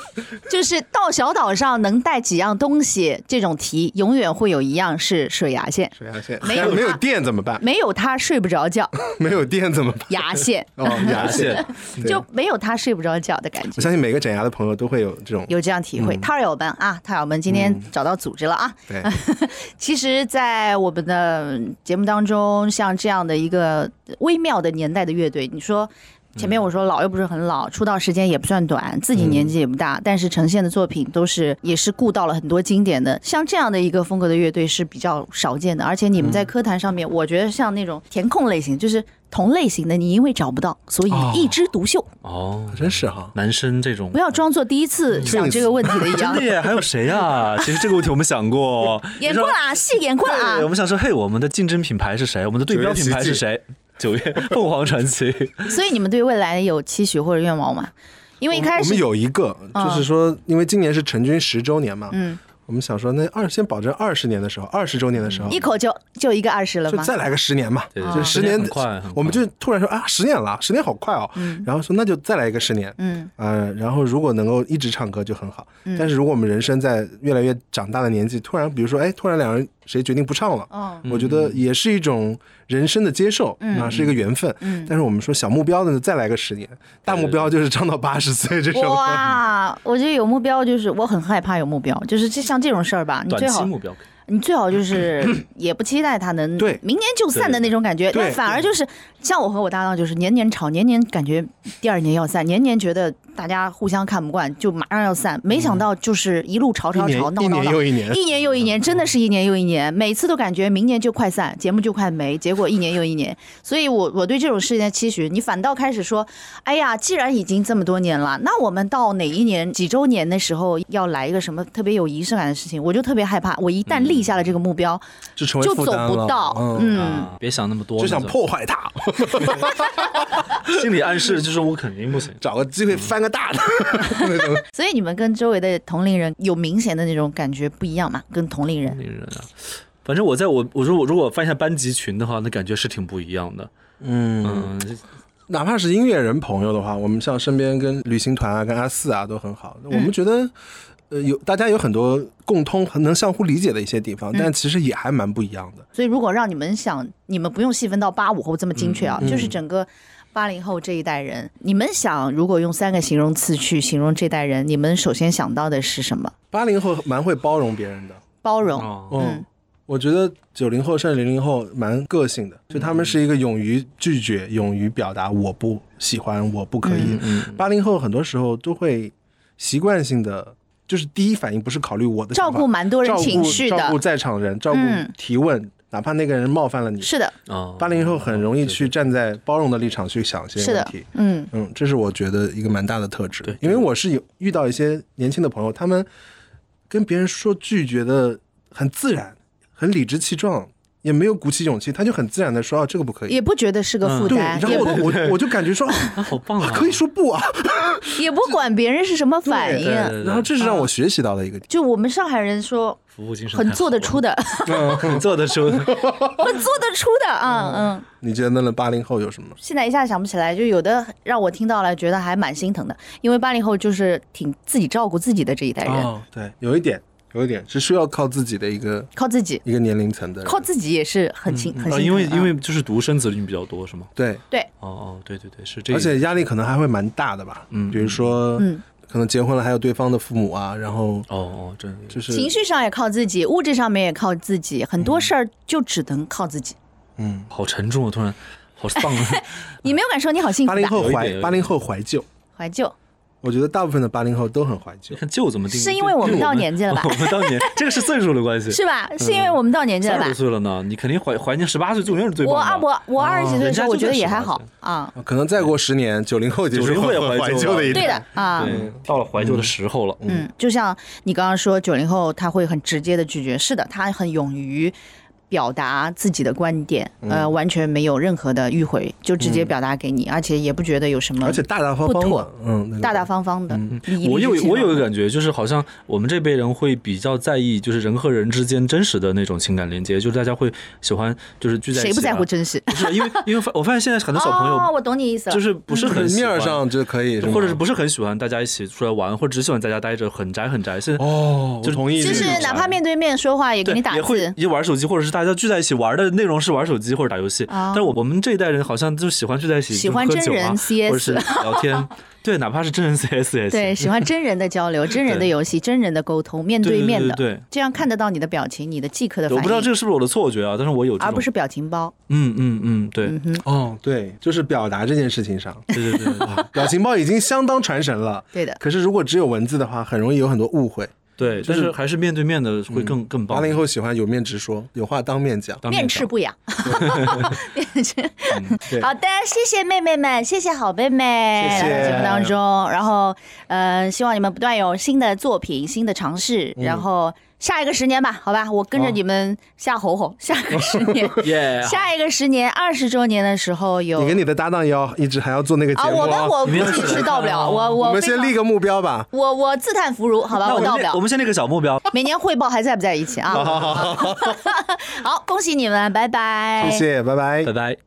Speaker 3: 就是到小岛上能带几样东西，这种题永远会有一样是水牙线。
Speaker 4: 水牙线
Speaker 3: 没有
Speaker 4: 没有电怎么办？
Speaker 3: 没有它睡不着觉。
Speaker 4: 没有电怎么办？
Speaker 3: 牙线
Speaker 4: 哦， 牙线
Speaker 3: 就没有他睡不着觉的感觉。
Speaker 4: 我相信每个整牙的朋友都会有这种
Speaker 3: 有这样体会。套友们啊，套友们今天找到组织了啊！
Speaker 4: 对，
Speaker 3: 其实，在我们的节目当中，像这样的一个微妙的年代的乐队，你说。前面我说老又不是很老，出道时间也不算短，自己年纪也不大，嗯、但是呈现的作品都是也是顾到了很多经典的，像这样的一个风格的乐队是比较少见的。而且你们在歌坛上面，嗯、我觉得像那种填空类型，就是同类型的你因为找不到，所以一枝独秀。
Speaker 6: 哦，
Speaker 4: 真是哈，
Speaker 6: 男生这种
Speaker 3: 不要装作第一次想这个问题的一
Speaker 6: 真
Speaker 3: 样。
Speaker 6: 的耶，还有谁啊？其实这个问题我们想 过，
Speaker 3: 演过啦，戏演过啦。
Speaker 6: 我们想说，嘿，我们的竞争品牌是谁？我们的对标品牌是谁？ 九月凤凰传奇，
Speaker 3: 所以你们对未来有期许或者愿望吗？因为一开始
Speaker 4: 我们有一个，就是说，因为今年是成军十周年嘛，
Speaker 3: 嗯，
Speaker 4: 我们想说，那二先保证二十年的时候，二十周年的时候，
Speaker 3: 一口就就一个二十了
Speaker 4: 就
Speaker 3: 吗？啊
Speaker 4: 再来个十年嘛，
Speaker 6: 对
Speaker 4: 就
Speaker 6: 对，
Speaker 4: 十年
Speaker 6: 啊很快，
Speaker 4: 我们就突然说啊，十年了，十年好快哦，然后说那就再来一个十年，
Speaker 3: 嗯，
Speaker 4: 呃，然后如果能够一直唱歌就很好，但是如果我们人生在越来越长大的年纪，突然比如说，哎，突然两人谁决定不唱了，
Speaker 3: 嗯，
Speaker 4: 我觉得也是一种人生的接受啊，是一个缘分。
Speaker 3: 嗯
Speaker 4: 但是我们说小目标的呢，再来个十年，大目标就是唱到八十岁这种。
Speaker 3: 哇，我觉得有目标就是我很害怕有目标，就是这像这种事儿吧，你
Speaker 6: 短
Speaker 3: 最
Speaker 6: 期
Speaker 3: 好
Speaker 6: 目标。
Speaker 3: 你最好就是 也不期待他能
Speaker 4: 对
Speaker 3: 明年就散的那种感觉，
Speaker 4: 对
Speaker 3: 但反而就是像我和我搭档，就是年年吵，年年感觉第二年要散，年年觉得大家互相看不惯，就马上要散，没想到就是一路吵
Speaker 4: 嗯一
Speaker 3: 吵
Speaker 4: 年
Speaker 3: 吵，闹
Speaker 4: 一
Speaker 3: 闹
Speaker 4: 年
Speaker 3: 闹。
Speaker 4: 又一年，嗯
Speaker 3: 一年又一年，真的是一年又一年，每次都感觉明年就快散，节目就快没，结果一年又一年。所以我我对这种事情的期许，你反倒开始说，哎呀，既然已经这么多年了，那我们到哪一年几周年的时候要来一个什么特别有仪式感的事情，我就特别害怕。我一旦立下了这个目标，
Speaker 4: 就成为
Speaker 3: 就
Speaker 4: 负
Speaker 3: 走
Speaker 4: 担
Speaker 3: 不
Speaker 4: 了
Speaker 3: 到。
Speaker 4: 嗯，
Speaker 3: 嗯，
Speaker 6: 啊，别想那么多，
Speaker 4: 就想
Speaker 6: 那
Speaker 4: 破坏它，
Speaker 6: 心理暗示就是我肯定
Speaker 4: 。
Speaker 6: 不行
Speaker 4: 找个机会翻个大的。那种
Speaker 3: 所以你们跟周围的同龄人有明显的那种感觉不一样嘛？跟同龄人
Speaker 6: 那个人啊，反正我在我我说我如果翻一下班级群的话，那感觉是挺不一样的。
Speaker 4: 嗯，
Speaker 6: 嗯，
Speaker 4: 哪怕是音乐人朋友的话，我们像身边跟旅行团啊、跟阿四啊都很好。
Speaker 3: 嗯
Speaker 4: 我们觉得，呃，有大家有很多共通、很能相互理解的一些地
Speaker 3: 嗯
Speaker 4: 方，但其实也还蛮不一样的。
Speaker 3: 所以如果让你们想，你们不用细分到八五后这么精确
Speaker 4: 嗯
Speaker 3: 啊，就是整个八零后这一代人，你们想如果用三个形容词去形容这代人，你们首先想到的是什么？
Speaker 4: 八零后蛮会包容别人的，
Speaker 3: 包容，
Speaker 6: 哦，
Speaker 4: 嗯，我觉得九零后甚至零零后蛮个性的，就他们是一个勇于拒绝、勇于表达我不喜欢、我不可以。
Speaker 6: 嗯，
Speaker 4: 八零后很多时候都会习惯性的，就是第一反应不是考虑我的想
Speaker 3: 照
Speaker 4: 法
Speaker 3: 顾蛮多人
Speaker 4: 照顾
Speaker 3: 情绪
Speaker 4: 照
Speaker 3: 的
Speaker 4: 顾，在场人，照顾
Speaker 3: 嗯
Speaker 4: 提问，哪怕那个人冒犯了你。
Speaker 3: 是的，
Speaker 6: 哦
Speaker 4: 八零后很容易去站在包容的立场去想一些
Speaker 3: 是
Speaker 4: 问
Speaker 3: 的
Speaker 4: 题。，
Speaker 3: 嗯，
Speaker 4: 嗯，这是我觉得一个蛮大的特质。
Speaker 6: 对
Speaker 4: 因为我是有遇到一些年轻的朋友，他们跟别人说拒绝的很自然，很理直气壮，也没有鼓起勇气，他就很自然的说啊，这个不可以。
Speaker 3: 也不觉得是个负
Speaker 4: 嗯对，
Speaker 3: 担，
Speaker 4: 然后
Speaker 3: 也
Speaker 4: 我
Speaker 3: 不
Speaker 4: 我我就感 觉说，
Speaker 6: 啊好棒啊！
Speaker 4: 可以说不啊，
Speaker 3: 也不管别人是什么反
Speaker 6: 对
Speaker 3: 应。
Speaker 6: 对
Speaker 4: 然后这是
Speaker 3: 嗯
Speaker 4: 让我学啊习到的一个点。
Speaker 3: 就我们上海人说，
Speaker 6: 服务精神
Speaker 3: 很
Speaker 6: 太
Speaker 3: 做得
Speaker 6: 好
Speaker 3: 出的，
Speaker 6: 了， 很做得出的。
Speaker 3: 很做得出的啊，嗯。
Speaker 4: 你觉得那八零后有什么？
Speaker 3: 现在一下想不起来，就有的让我听到了，觉得还蛮心疼的，因为八零后就是挺自己照顾自己的这一代人，
Speaker 4: 哦，对，有一点，有一点是需要靠自己的一个
Speaker 3: 靠自己，
Speaker 4: 一个年龄层的人，
Speaker 3: 靠自己也是很心、很心疼、
Speaker 6: 啊，因为因为就是独生子女比较多是吗？
Speaker 4: 对，
Speaker 6: 哦哦，对对对，是这个。
Speaker 4: 而且压力可能还会蛮大的吧。
Speaker 6: 嗯
Speaker 4: 比如说，
Speaker 3: 嗯
Speaker 4: 可能结婚了还有对方的父母啊，然后
Speaker 6: 哦哦，真的
Speaker 4: 就是
Speaker 3: 情绪上也靠自己，物质上面也靠自己，很多事儿就只能靠自己。
Speaker 4: 嗯，
Speaker 6: 好沉重啊，突然好丧啊。
Speaker 3: 你没有感受你好幸
Speaker 4: 八
Speaker 3: 福
Speaker 4: 零
Speaker 3: 的
Speaker 4: 后
Speaker 6: 有一点有一
Speaker 4: 怀
Speaker 6: 点
Speaker 4: 八零后怀旧，
Speaker 3: 怀旧，
Speaker 4: 我觉得大部分的八零后都很怀旧
Speaker 6: 你。看舅怎么定？
Speaker 3: 是因为我们
Speaker 6: 对
Speaker 3: 到年纪了吧
Speaker 6: 我们 到年，这个是岁数的关系。
Speaker 3: 是吧？是因为我们到年纪了
Speaker 6: 嗯三
Speaker 3: 吧
Speaker 6: 十？岁了呢，你肯定怀怀念十八岁就永远是最棒
Speaker 3: 我
Speaker 6: 的。
Speaker 3: 啊，我我二十几岁的时
Speaker 6: 人家
Speaker 3: 候，
Speaker 6: 就
Speaker 3: 我觉得
Speaker 6: 在
Speaker 3: 也还
Speaker 6: 18
Speaker 3: 好啊，
Speaker 4: 可能再过十年，九零后已经是
Speaker 6: 90后也怀旧
Speaker 4: 怀旧的一
Speaker 6: 了
Speaker 4: 代
Speaker 3: 对的啊。
Speaker 6: 对，到了怀旧的时候了。
Speaker 3: 嗯，就像你刚刚说，九零后他会很直接的拒绝，是的，他很勇于表达自己的观点，
Speaker 6: 嗯
Speaker 3: 呃，完全没有任何的迂回，就直接表达给你，而且也不觉得有什么，
Speaker 4: 而且大大方方
Speaker 3: 不
Speaker 4: 的
Speaker 3: 妥，
Speaker 4: 嗯，那个
Speaker 3: 大大方方的。理
Speaker 6: 嗯我有我有一个，
Speaker 3: 理直气壮
Speaker 6: 感觉，就是好像我们这辈人会比较在意，就是人和人之间真实的那种情感连接，就是大家会喜欢就是聚在一起、啊。
Speaker 3: 谁不在乎？真实？
Speaker 6: 不是因为因为发我发现现在很多小朋
Speaker 3: 哦，
Speaker 6: 友
Speaker 3: 我懂你意思了，
Speaker 6: 就是不是很
Speaker 4: 就是
Speaker 6: 喜
Speaker 4: 嗯面
Speaker 6: 欢
Speaker 4: 儿上啊就可以，吗
Speaker 6: 或者是不是很喜欢大家一起出来玩，或者只喜欢在家待着，很宅很宅。现在
Speaker 4: 哦，
Speaker 6: 就
Speaker 4: 我同意，
Speaker 3: 就是哪怕面对面说话也给
Speaker 6: 对
Speaker 3: 你打
Speaker 6: 也会
Speaker 3: 字，
Speaker 6: 也玩手机，或者是大家聚在一起玩的内容是玩手机或者打游戏。
Speaker 3: 啊
Speaker 6: 但是我我们这一代人好像就喜欢聚在一起，
Speaker 3: 喜欢
Speaker 6: 就喝
Speaker 3: 真人
Speaker 6: 酒啊
Speaker 3: CS
Speaker 6: 或者是聊 天。对，哪怕是真人 CS 也行。
Speaker 3: 对，喜欢真人的交 流、真人的游戏、真人的沟通，面
Speaker 6: 对
Speaker 3: 面
Speaker 6: 对
Speaker 3: 的，
Speaker 6: 对对
Speaker 3: 这样看得到你的表情、你的即刻的
Speaker 6: 我
Speaker 3: 反应，
Speaker 6: 不知道这个是不是我的错觉啊，但是我有这种，
Speaker 3: 而不是表情包。
Speaker 6: 嗯嗯嗯，对
Speaker 3: 嗯哼，
Speaker 4: 哦，对，就是表达这件事 情上，啊
Speaker 6: 对对对对
Speaker 4: 表情包已经相当传神了。
Speaker 3: 对的，
Speaker 4: 可是如果只有文字的话，很容易有很多误会。
Speaker 6: 对，但是还是面对面的会更更棒。
Speaker 4: 八零后喜欢有面直说，有话当面讲。
Speaker 6: 当
Speaker 3: 面
Speaker 6: 讲，
Speaker 3: 赤不痒。面赤。
Speaker 4: 对
Speaker 3: 好的，谢谢妹妹们，谢谢好妹妹
Speaker 4: 谢谢
Speaker 3: 来到节目当中，然后呃，希望你们不断有新的作品、新的尝试，然后下一个十年吧，好吧，我跟着你们下吼吼，下个十年
Speaker 6: 耶，
Speaker 3: 下一个十年二十周年的时候有
Speaker 4: 你跟你的搭档也要一直还要做那个节
Speaker 3: 啊，
Speaker 4: 目
Speaker 3: 我们我
Speaker 6: 你们要
Speaker 3: 自己
Speaker 6: 一起
Speaker 3: 是
Speaker 6: 来
Speaker 3: 到不
Speaker 6: 看
Speaker 3: 了，
Speaker 6: 哦
Speaker 3: 我我
Speaker 4: 我们
Speaker 3: 非
Speaker 4: 先
Speaker 3: 常
Speaker 4: 立个目标吧。
Speaker 3: 我我自叹弗如，好吧，
Speaker 6: 那我
Speaker 3: 到不
Speaker 6: 们
Speaker 3: 了
Speaker 6: 那我。们先定个小目标，
Speaker 3: 每年汇报还在不在 一起啊？好，恭喜你们，拜拜，
Speaker 4: 谢谢，拜拜
Speaker 6: 拜。拜。